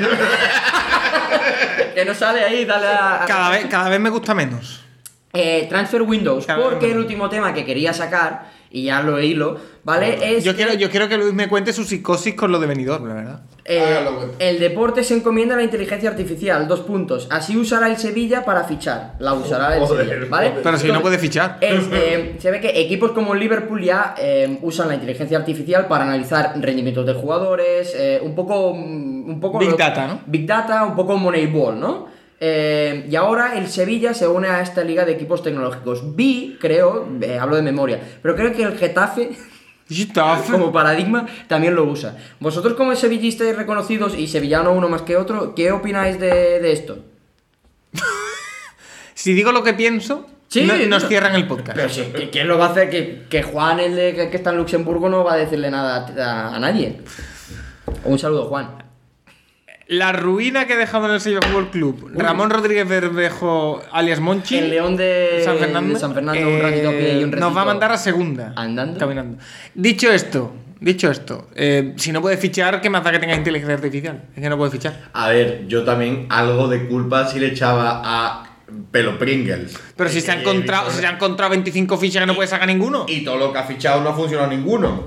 B: que no sale ahí, dale a.
D: Cada vez, cada vez me gusta menos.
B: Eh, transfer windows.
D: Cada vez
B: Porque
D: menos.
B: el último tema que quería sacar, y ya lo hilo, ¿vale? Es.
D: Yo quiero, yo quiero que Luis me cuente su psicosis con lo de Benidorm, la verdad.
B: Eh,
C: Hágalo, güey.
B: el deporte se encomienda a la inteligencia artificial, dos puntos. Así usará el Sevilla para fichar. La usará el
C: Joder,
B: Sevilla, ¿vale?
C: joder.
D: Pero si no
B: Entonces,
D: puede fichar.
B: Este, se ve que equipos como el Liverpool ya eh, usan la inteligencia artificial para analizar rendimientos de jugadores, eh, un poco... mm, Un poco
D: Big data, ¿no?
B: Big Data, un poco Moneyball, ¿no? Eh, y ahora el Sevilla se une a esta liga de equipos tecnológicos. Vi, creo, eh, hablo de memoria, pero creo que el Getafe
D: Getafe.
B: como paradigma también lo usa. Vosotros como sevillistas reconocidos y sevillano uno más que otro, ¿qué opináis de, de esto?
D: si digo lo que pienso,
B: Sí,
D: no- nos
B: no.
D: cierran el podcast.
B: Pero si, ¿qui- ¿quién lo va a hacer? Que, que Juan, el de, que, que está en Luxemburgo, no va a decirle nada a, a- a nadie. Un saludo, Juan.
D: La ruina que dejamos en el Sevilla Fútbol Club. Ramón Rodríguez Bermejo, alias Monchi.
B: El león de
D: San Fernando. eh,
B: de San Fernando, un ratito a pie y un ratito.
D: Nos va a mandar a segunda.
B: andando.
D: Caminando. Dicho esto, dicho esto, eh, si no puede fichar, ¿qué más da que tenga inteligencia artificial? Es que no puede fichar.
C: A ver, yo también algo de culpa si le echaba a Pelo Pringles.
D: Pero si se, ha encontrado, si se ha encontrado 25 fichas que no puede sacar ninguno.
C: Y todo lo que ha fichado no ha funcionado ninguno.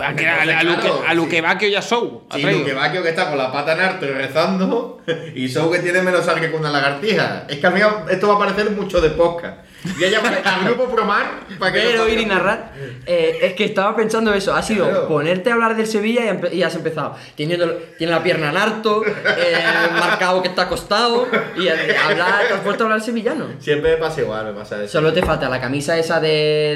D: A, que- a, a, Luque-
C: Claro,
D: a Luque
C: sí.
D: Vaquio y a Sou. ha
C: Sí,
D: traído.
C: que va, que está con la pata en harto y rezando. Y Sou que tiene menos sal que con una lagartija. Es que a mí esto va a parecer mucho de podcast. Y ella al grupo Promar para que.
B: Pero
C: no-
B: ir y narrar. eh, es que estaba pensando eso. Ha sido
C: Claro.
B: ponerte a hablar del Sevilla y, empe- y has empezado. Teniendo, tiene la pierna en harto, eh, marcado que está acostado. Y eh, hablar, te has puesto a hablar sevillano.
C: Siempre me pasa igual, me pasa eso.
B: Solo te falta la camisa esa de,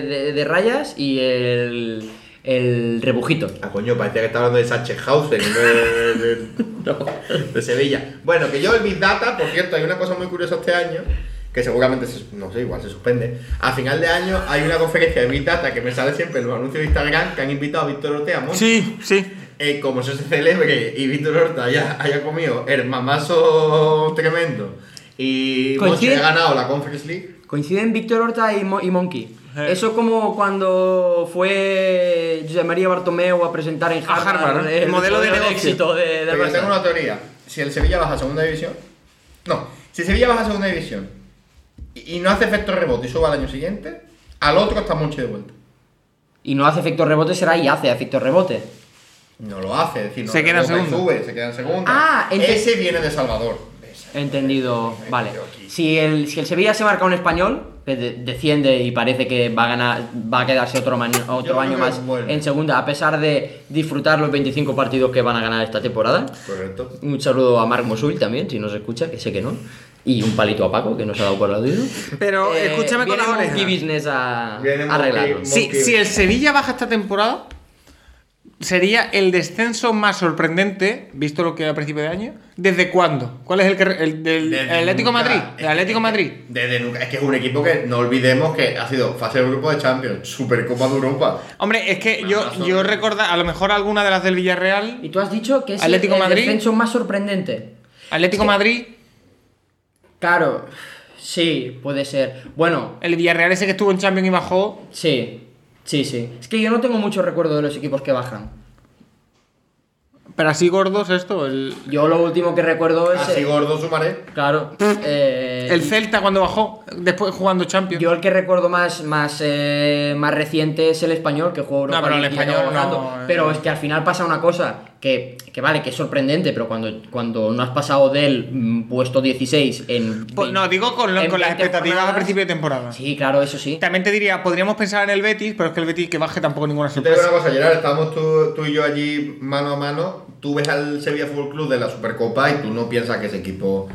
B: de- de rayas y el, el rebujito.
C: Ah, coño, parecía que estaba hablando de Sachsenhausen, y no de, de- de- de Sevilla. Bueno, que yo el Big Data, por cierto, hay una cosa muy curiosa este año, que seguramente, se- no sé, igual se suspende. A final de año hay una conferencia de Big Data que me sale siempre en los anuncios de Instagram que han invitado a Víctor Ortega Montt.
D: Sí, sí.
C: Eh, como eso se celebre y Víctor Ortega haya, haya comido el mamazo tremendo y Montt
B: Coincide-
C: se ha ganado la Conference League.
B: Coinciden Víctor Horta y, Mo- y Monkey.
D: Eh.
B: Eso es como cuando fue José María Bartomeu a presentar en
D: A
B: Harvard,
D: Harvard, el modelo de negocio.
B: éxito de, del
C: Pero yo
B: Barça.
C: tengo una teoría. Si el Sevilla baja a segunda división. No, si el Sevilla baja a segunda división y, y no hace efecto rebote y suba al año siguiente, al otro está mucho de vuelta.
B: Y no hace efecto rebote, será y hace efecto rebote.
C: No lo hace, es decir, no
D: Se queda en
C: rebota y
D: segunda.
C: sube, se queda en segunda.
B: Ah, ente-
C: ese viene de Salvador. ¿Ves?
B: Entendido, vale. Si el, si el Sevilla se marca un español, que de- desciende y parece que va a ganar, va a quedarse otro, man-
C: creo
B: otro año
C: que
B: más
C: vuelve.
B: en segunda, a pesar de disfrutar los 25 partidos que van a ganar esta temporada.
C: Correcto.
B: Un saludo a Marc Mosul también, si nos escucha, que sé que no. Y un palito a Paco, que nos ha dado por el oído. Eh,
D: Pero, escúchame con
B: viene
D: las orejas.
B: Monkey Business a,
C: Viene
B: a arreglarlo.
C: Monkey-
D: Si, si el Sevilla baja esta temporada, sería el descenso más sorprendente, visto lo que era a principio de año. ¿Desde cuándo? ¿Cuál es el, que, el del
C: Desde
D: Atlético
C: nunca.
D: Madrid?
C: Es
D: El Atlético
C: que-
D: Madrid.
C: Desde nunca. Es que es un equipo que no olvidemos que ha sido fase de grupo de Champions, Supercopa de Europa.
D: Hombre, es que yo,
C: Madrazo.
D: yo recorda a lo mejor alguna de las del Villarreal,
B: Y tú has dicho que es
D: Atlético
B: el, el
D: Madrid.
B: descenso más sorprendente.
D: Atlético Madrid,
B: Claro, sí, puede ser. Bueno,
D: el Villarreal ese que estuvo en Champions y bajó.
B: sí, sí, sí. Es que yo no tengo mucho recuerdo de los equipos que bajan.
D: Pero así gordos esto, el,
B: Yo lo último que recuerdo es.
C: Así
B: eh,
C: gordo sumaré.
B: claro. eh,
D: Ah, el Celta cuando bajó, después jugando Champions.
B: yo el que recuerdo más más, eh, más reciente es el español que jugó Europa
D: No, pero el
B: League y
D: Español
B: acabó ganando.
D: no, eh.
B: Pero es que al final pasa una cosa que, que vale, que es sorprendente, pero cuando, cuando no has pasado del mm, puesto 16 en.
D: Pues no, digo con, lo-
B: en
D: con las
B: 20
D: expectativas a
B: jornadas-
D: principio de temporada.
B: Sí, claro, eso sí.
D: También te diría, podríamos pensar en el Betis, pero es que el Betis que baje tampoco ninguna
C: Yo te digo
D: sorpresa.
C: una cosa, Gerard, estábamos tú, tú y yo allí mano a mano. Tú ves al Sevilla Fútbol Club de la Supercopa y tú no piensas que ese equipo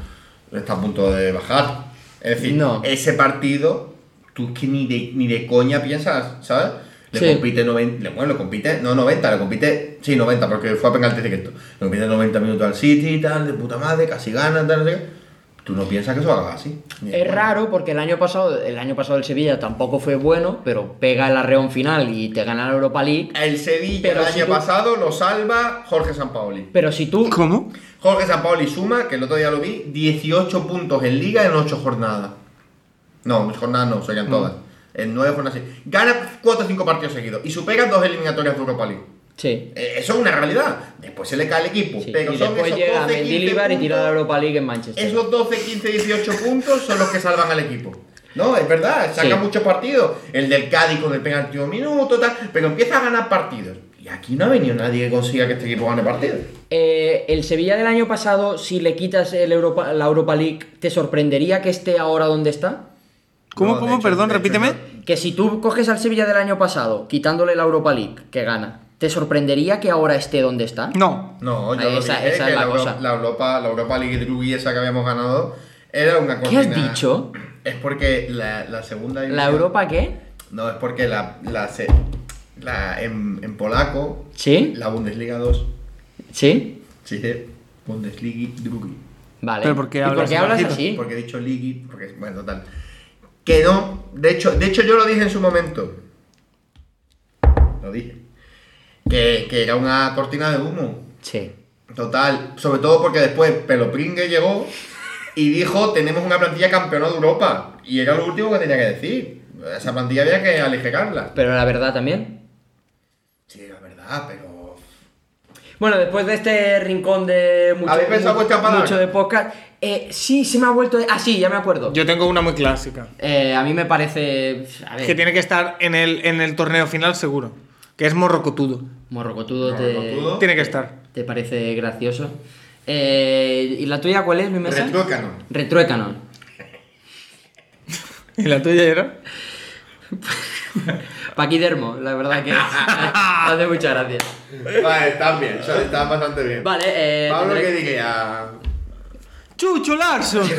C: está a punto de bajar. Es decir,
B: No.
C: ese partido, tú es que ni de, ni de coña piensas, ¿sabes? Le
B: Sí.
C: compite 90, le- bueno, le compite, no 90, le compite, sí, 90, porque fue a penalti directo. Le compite 90 minutos al City y tal, de puta madre, casi gana, tal, no sé qué. Tú no piensas que eso va a acabar así. ni de
B: Es
C: coña.
B: raro porque el año pasado, el año pasado el Sevilla tampoco fue bueno, pero pega el arreón final y te gana la Europa League.
C: El Sevilla
B: Pero
C: el
B: si
C: año
B: tú-
C: pasado lo salva Jorge Sampaoli.
B: Pero si tú
D: ¿Cómo?
C: Jorge Sampaoli suma, que el otro día lo vi, 18 puntos en liga en 8 jornadas. No, en jornadas no, serían
B: Mm.
C: todas. En 9 jornadas sí. Gana 4 o 5 partidos seguidos y supera dos eliminatorias de Europa League.
B: Sí.
C: Eh, Eso es una realidad. Después se le cae el equipo.
B: sí.
C: Pero
B: y
C: son
B: después
C: esos
B: llega
C: 12, 15
B: Mendilibar y tira la
C: puntos-
B: Europa League en Manchester.
C: esos 12, 15, 18 puntos son los que salvan al equipo. No, es verdad, saca
B: Sí.
C: muchos partidos. El del Cádiz con el penalti de un minuto, tal, pero empieza a ganar partidos. Y aquí no ha venido nadie que consiga que este equipo gane partidos.
B: Eh, el Sevilla del año pasado, si le quitas el Europa, la Europa League, ¿te sorprendería que esté ahora donde está?
D: ¿Cómo,
C: No, de
D: cómo?
C: hecho-
D: Perdón,
C: de hecho,
D: repíteme.
C: no.
B: Que si tú coges al Sevilla del año pasado, quitándole la Europa League, que gana, ¿te sorprendería que ahora esté donde está?
D: No.
C: No, yo
B: Ahí
C: lo
B: esa-
C: dije
B: esa
C: que
B: es la
C: la, Euro-
B: cosa.
C: la Europa, la Europa League Rugby esa que habíamos ganado era una
B: ¿Qué has
C: cortina-
B: dicho?
C: Es porque la, la segunda
B: ¿La
C: división-
B: Europa qué?
C: No, es porque la, la, se- la- en, en polaco
B: ¿Sí?
C: la Bundesliga 2
B: ¿Sí?
C: se dice Bundesliga Rugby.
B: Vale.
D: Pero ¿por qué
B: ¿Y
D: hablas bajito?
B: así?
C: Porque he dicho Liggy, porque bueno, total. Que no, de hecho, de hecho yo lo dije en su momento. Lo dije. Que, que era una cortina de humo.
B: Sí.
C: Total. Sobre todo porque después Pelopringue llegó y dijo, tenemos una plantilla campeona de Europa. Y era lo último que tenía que decir. Esa plantilla había que aligerarla.
B: Pero la verdad también.
C: Sí, la verdad, pero...
B: Bueno, después de este rincón de mucho,
C: ¿Habéis pensado
B: mu-
C: vuestra palabra?
B: mucho de podcast, eh, sí, se me ha vuelto. Ah, sí, ya me acuerdo.
D: Yo tengo una muy clásica.
B: Eh, a mí me parece. A ver,
D: Que tiene que estar en el, en el torneo final seguro. Que es morrocotudo.
B: morrocotudo, te-
C: Morrocotudo.
D: Tiene que estar.
B: Te, parece gracioso. Eh, ¿Y la tuya cuál es, mi mesa?
C: Retruécano.
B: Retruécano.
D: ¿Y la tuya era?
B: Paquidermo, la verdad que hace muchas gracias.
C: Vale, están bien, o sea, están bastante bien.
B: Vale, eh,
C: Pablo,
B: tendré-
C: ¿qué diría?
D: ¡Chucho Larson!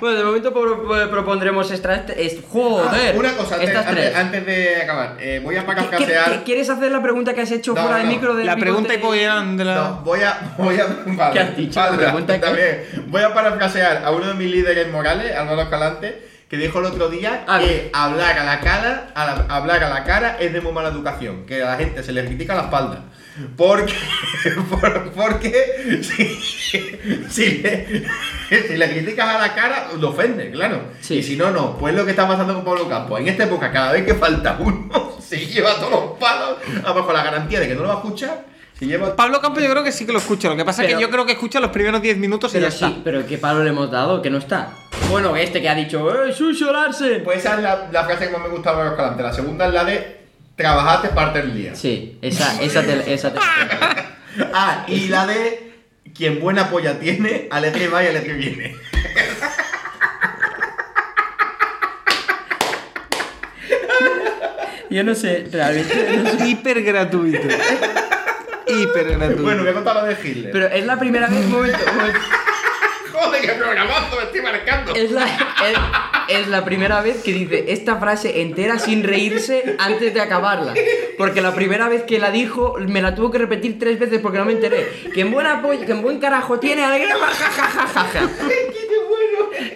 B: Bueno, de momento pro- eh, propondremos estas tres. ¡Joder!
C: Ah, Una cosa, antes,
B: estas
C: antes-
B: tres.
C: antes de acabar, eh, voy a
B: ¿Qué- qué- qué-
C: parafrasear.
B: ¿Quieres hacer la pregunta que has hecho
C: No,
B: fuera de
C: no.
B: micro de
D: La pregunta
B: picote?
D: hipoderán de la.
C: No, voy a. Voy a vale,
B: ¿Qué has dicho?
C: vale,
B: Pregunta qué.
C: también. Voy a parafrasear a uno de mis líderes morales, Arnaldo Escalante, que dijo el otro día
B: A ver.
C: que hablar a la cara, a la- hablar a la cara es de muy mala educación, que a la gente se le critica la espalda. Porque. por- porque si, si le, si le criticas a la cara, lo ofende, claro.
B: Sí.
C: Y si no, no. Pues lo que está pasando con Pablo Campos. En esta época, cada vez que falta uno, se lleva todos los palos. Abajo la garantía de que no lo va a escuchar. Se lleva
D: Pablo Campo yo creo que sí que lo escucha. Lo que pasa es
B: Pero-
D: que yo creo que escucha los primeros 10 minutos y
B: Pero
D: ya
B: sí,
D: está.
B: pero ¿qué palo le hemos dado? Que no está. Bueno, este que ha dicho, ¡eh, Sucio Larsen!
C: Pues esa es la, la frase que más me gustaba de Escalante. La segunda es la de trabajaste parte del día.
B: Sí, esa, esa te, esa te-
C: Ah, y la de quien buena polla tiene, alegre va y alegre viene.
B: Yo no sé, realmente. no sé.
D: Hiper gratuito. Hiper gratuito.
C: Bueno, voy a contar la de Hitler.
B: Pero es la primera vez, un momento, un momento.
C: Joder, qué programazo me estoy marcando.
B: Es la, es, es la primera vez que dice esta frase entera sin reírse antes de acabarla. Porque la primera vez que la dijo me la tuvo que repetir tres veces porque no me enteré. Que en, buena polla- que en buen carajo tiene alegría. ja, ja, ja, ja, ja.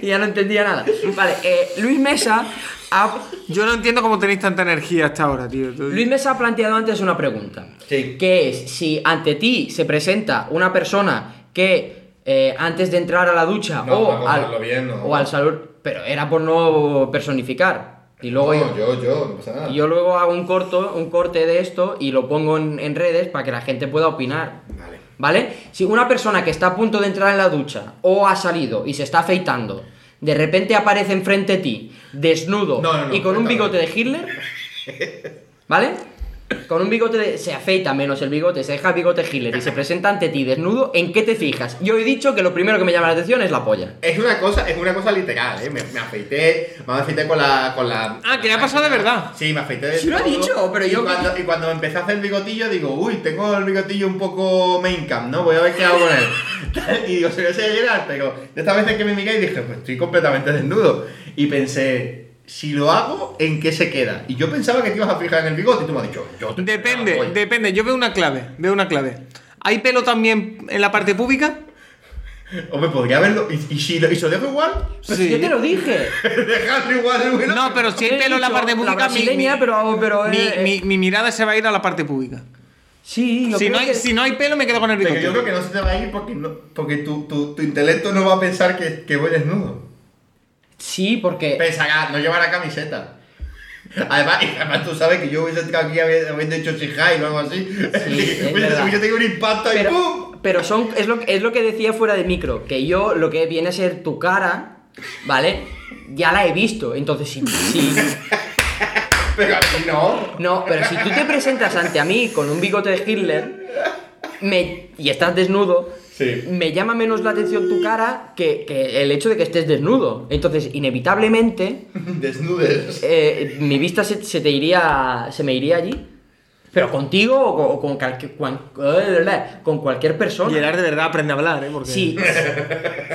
B: Y ya no entendía nada. Vale, eh, Luis Mesa ha,
D: Yo no entiendo cómo tenéis tanta energía hasta ahora, tío.
B: Luis Mesa ha planteado antes una pregunta.
C: Sí.
B: Que es, si ante ti se presenta una persona que eh, antes de entrar a la ducha
C: No, para
B: o,
C: contarlo
B: al,
C: bien, no.
B: o al salón... Pero era por no personificar. Y luego yo,
C: yo, yo, no pasa nada.
B: yo luego hago un, corto, un corte de esto y lo pongo en, en redes para que la gente pueda opinar.
C: Vale.
B: ¿Vale? Si una persona que está a punto de entrar en la ducha o ha salido y se está afeitando, de repente aparece enfrente de ti, desnudo
C: No, no, no,
B: y con un
C: cuéntalo.
B: bigote de Hitler, ¿vale? Con un bigote de- se afeita menos el bigote, se deja el bigote Hitler y se presenta ante ti desnudo, ¿en qué te fijas? Yo he dicho que lo primero que me llama la atención es la polla.
C: Es una cosa, es una cosa literal, eh. Me, me afeité, me afeité con la. Con la
D: Ah, que le ha pasado de verdad.
C: Sí, me afeité de
B: Sí lo ha
C: todo.
B: dicho, pero
C: y
B: yo-
C: Cuando, y cuando me empecé a hacer el bigotillo, digo, uy, tengo el bigotillo un poco main camp, ¿no? Voy a ver qué hago con él. y digo, se lo voy a llegar, pero de esta vez que me miré y dije, pues estoy completamente desnudo. Y pensé, si lo hago, ¿en qué se queda? Y yo pensaba que te ibas a fijar en el bigote y tú me has dicho, yo te
D: Depende,
C: voy.
D: depende. Yo veo una clave, veo una clave. ¿Hay pelo también en la parte pública?
C: Hombre, podría verlo. ¿Y, y si lo, y se lo dejo igual?
B: Pues yo te lo dije.
C: Dejarlo igual, güey.
D: No, pero si hay
B: He
D: pelo en la
B: dicho
D: parte pública, mi-
B: brasileña,
D: mi,
B: pero, pero, eh,
D: mi-
B: eh,
D: mi- mi mirada se va a ir a la parte pública.
B: sí, yo
D: Si
B: creo
D: no, hay,
B: que-
D: si no hay pelo, me quedo con el
C: Pero yo creo
D: bigote.
C: que no se te va a ir porque, no, porque tu, tu, tu intelecto no va a pensar que, que voy desnudo.
B: Sí, porque
C: Pensará, no llevará camiseta. Además, y además tú sabes que yo hubiese entrado aquí habiendo hecho chihai o algo así.
B: es
C: hubiese,
B: verdad.
C: hubiese tenido un impacto y ¡pum!
B: pero, pero son, es, lo, es lo que decía fuera de micro, que yo lo que viene a ser tu cara, ¿vale? Ya la he visto, entonces sí, sí.
C: Pero a mí no.
B: No, pero si tú te presentas ante a mí con un bigote de Hitler me, y estás desnudo,
C: Sí.
B: me llama menos la atención tu cara que, que el hecho de que estés desnudo. Entonces, inevitablemente,
C: Desnudes.
B: eh, mi vista se, se te iría, se me iría allí. Pero contigo o con, o con cualquier- cuan- eh, con cualquier persona.
D: Gerard de verdad aprende a hablar, ¿eh? Porque...
B: Si,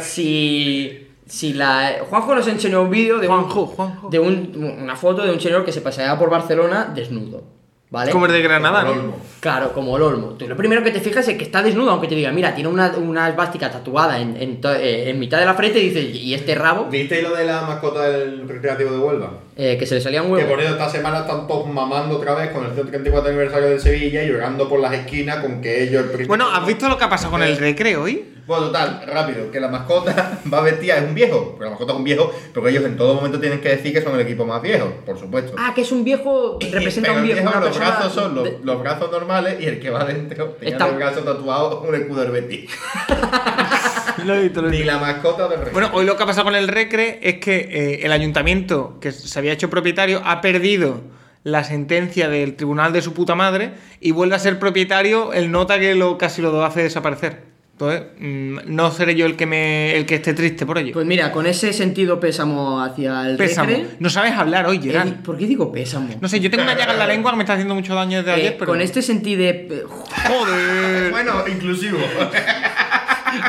B: si, si la... Juanjo nos enseñó un vídeo de, un-
D: Juanjo, Juanjo.
B: de un- una foto de un señor que se paseaba por Barcelona desnudo. ¿Vale?
D: Como el de Granada, ¿no?
C: Olmo.
B: Claro, como el Olmo. Tú lo primero que te fijas es que está desnudo, aunque te diga, mira, tiene una, una esvástica tatuada en, en to- eh, en mitad de la frente y dices, ¿y este rabo?
C: ¿Viste lo de la mascota del recreativo de Huelva?
B: Eh, que se le salía un
C: Que
B: huevo.
C: por eso esta semana están todos mamando otra vez con el 134 aniversario de Sevilla y llorando por las esquinas con que ellos... el primer-
D: Bueno, ¿has visto lo que ha pasado con el recre hoy?
C: Bueno, total, rápido, que la mascota va vestida, es un viejo, pero la mascota es un viejo, pero ellos en todo momento tienen que decir que son el equipo más viejo, por supuesto.
B: Ah, que es un viejo, representa a
C: Pero
B: un
C: el
B: viejo. una
C: los
B: persona
C: brazos son los,
B: de-
C: los brazos normales y el que va dentro tenía
B: Está-
C: los brazos tatuados un escudo del Betis.
D: Lo he visto, lo he
C: Ni
D: visto.
C: la mascota del rey.
D: Bueno, hoy lo que ha pasado con el Recre es que eh, el ayuntamiento que se había hecho propietario ha perdido la sentencia del tribunal de su puta madre y vuelve a ser propietario el nota que lo casi lo hace desaparecer. Entonces, mm, no seré yo el que me el que esté triste por ello.
B: Pues mira, con ese sentido pésamo hacia el
D: Pésamo.
B: recre,
D: No sabes hablar hoy,
B: eh,
D: Gerard.
B: ¿Por qué digo pésamo?
D: No sé, yo tengo una llaga en la lengua que me está haciendo mucho daño desde
B: Eh,
D: ayer, pero.
B: Con este sentido de-
D: ¡Joder!
C: Bueno, inclusivo.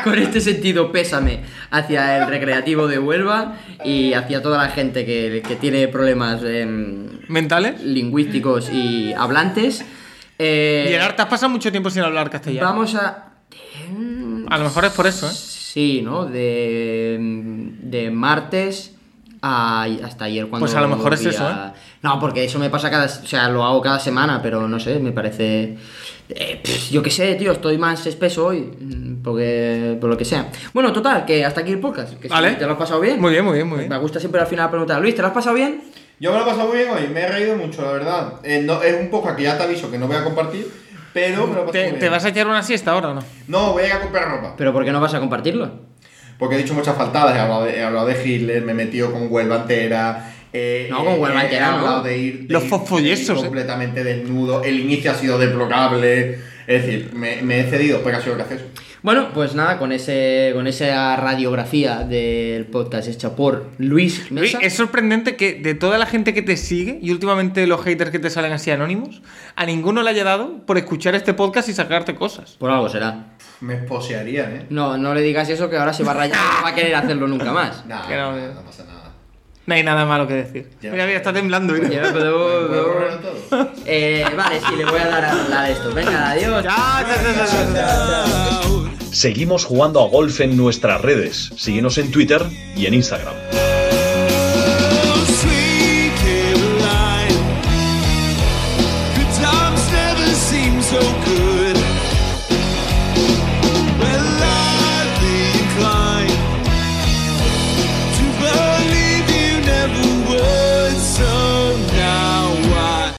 B: con este sentido pésame hacia el recreativo de Huelva y hacia toda la gente que, que tiene problemas em,
D: ¿Mentales?
B: lingüísticos y hablantes. Eh,
D: Gerard, te has pasado mucho tiempo sin hablar castellano.
B: vamos a.
D: A lo mejor es por eso, ¿eh?
B: Sí, ¿no? De, de martes a, hasta ayer cuando...
D: Pues a lo mejor es
B: volví
D: eso,
B: a- No, porque eso me pasa cada... O sea, lo hago cada semana, pero no sé, me parece... eh, pff, yo qué sé, tío, estoy más espeso hoy, mm, porque por lo que sea. Bueno, total, que hasta aquí el podcast. Que sí,
D: Vale.
B: ¿Te lo has pasado bien?
D: Muy bien, muy bien, muy bien.
B: Me gusta siempre al final preguntar, Luis, ¿te lo has pasado bien?
C: Yo me lo he pasado muy bien hoy, me he reído mucho, la verdad. Eh, no, es un poco que ya te aviso que no voy a compartir, pero me lo he pasado
D: ¿Te,
C: muy
D: te
C: bien.
D: vas a echar una siesta ahora o no?
C: No, voy a ir a comprar ropa.
B: Pero ¿por qué no vas a compartirlo?
C: Porque he dicho muchas faltadas, he hablado de, he hablado de Hitler, me he metido con Huelva entera. eh,
B: No, con Huelva
C: he-
B: entera,
C: He
B: ¿no?
C: hablado de ir, de
D: Los
C: ir-
D: fosfollesos,
C: de ir
D: eh.
C: completamente desnudo, el inicio ha sido deplorable. Es decir, me, me he cedido, pero ha sido gracioso.
B: Bueno, pues nada, con ese con esa radiografía del podcast hecha por Luis
D: Luis,
B: Mesa.
D: es sorprendente que de toda la gente que te sigue y últimamente los haters que te salen así anónimos, a ninguno le haya dado por escuchar este podcast y sacarte cosas.
B: Por algo será.
C: Me esposearían, ¿eh?
B: No, no le digas eso que ahora se va a rayar no va a querer hacerlo nunca más.
C: Nah,
D: Que no,
C: nah,
D: eh.
C: no pasa nada.
D: No hay nada malo que decir.
C: Ya.
D: Mira, mira, está temblando. mira.
B: Ya, pero-
C: ¿Puedo borrarlo todo?
B: Eh, vale, sí, le voy a dar a la de esto. Venga, adiós.
D: Ya, ya, ya, ya, ya.
A: Seguimos jugando a golf en nuestras redes. Síguenos en Twitter y en Instagram.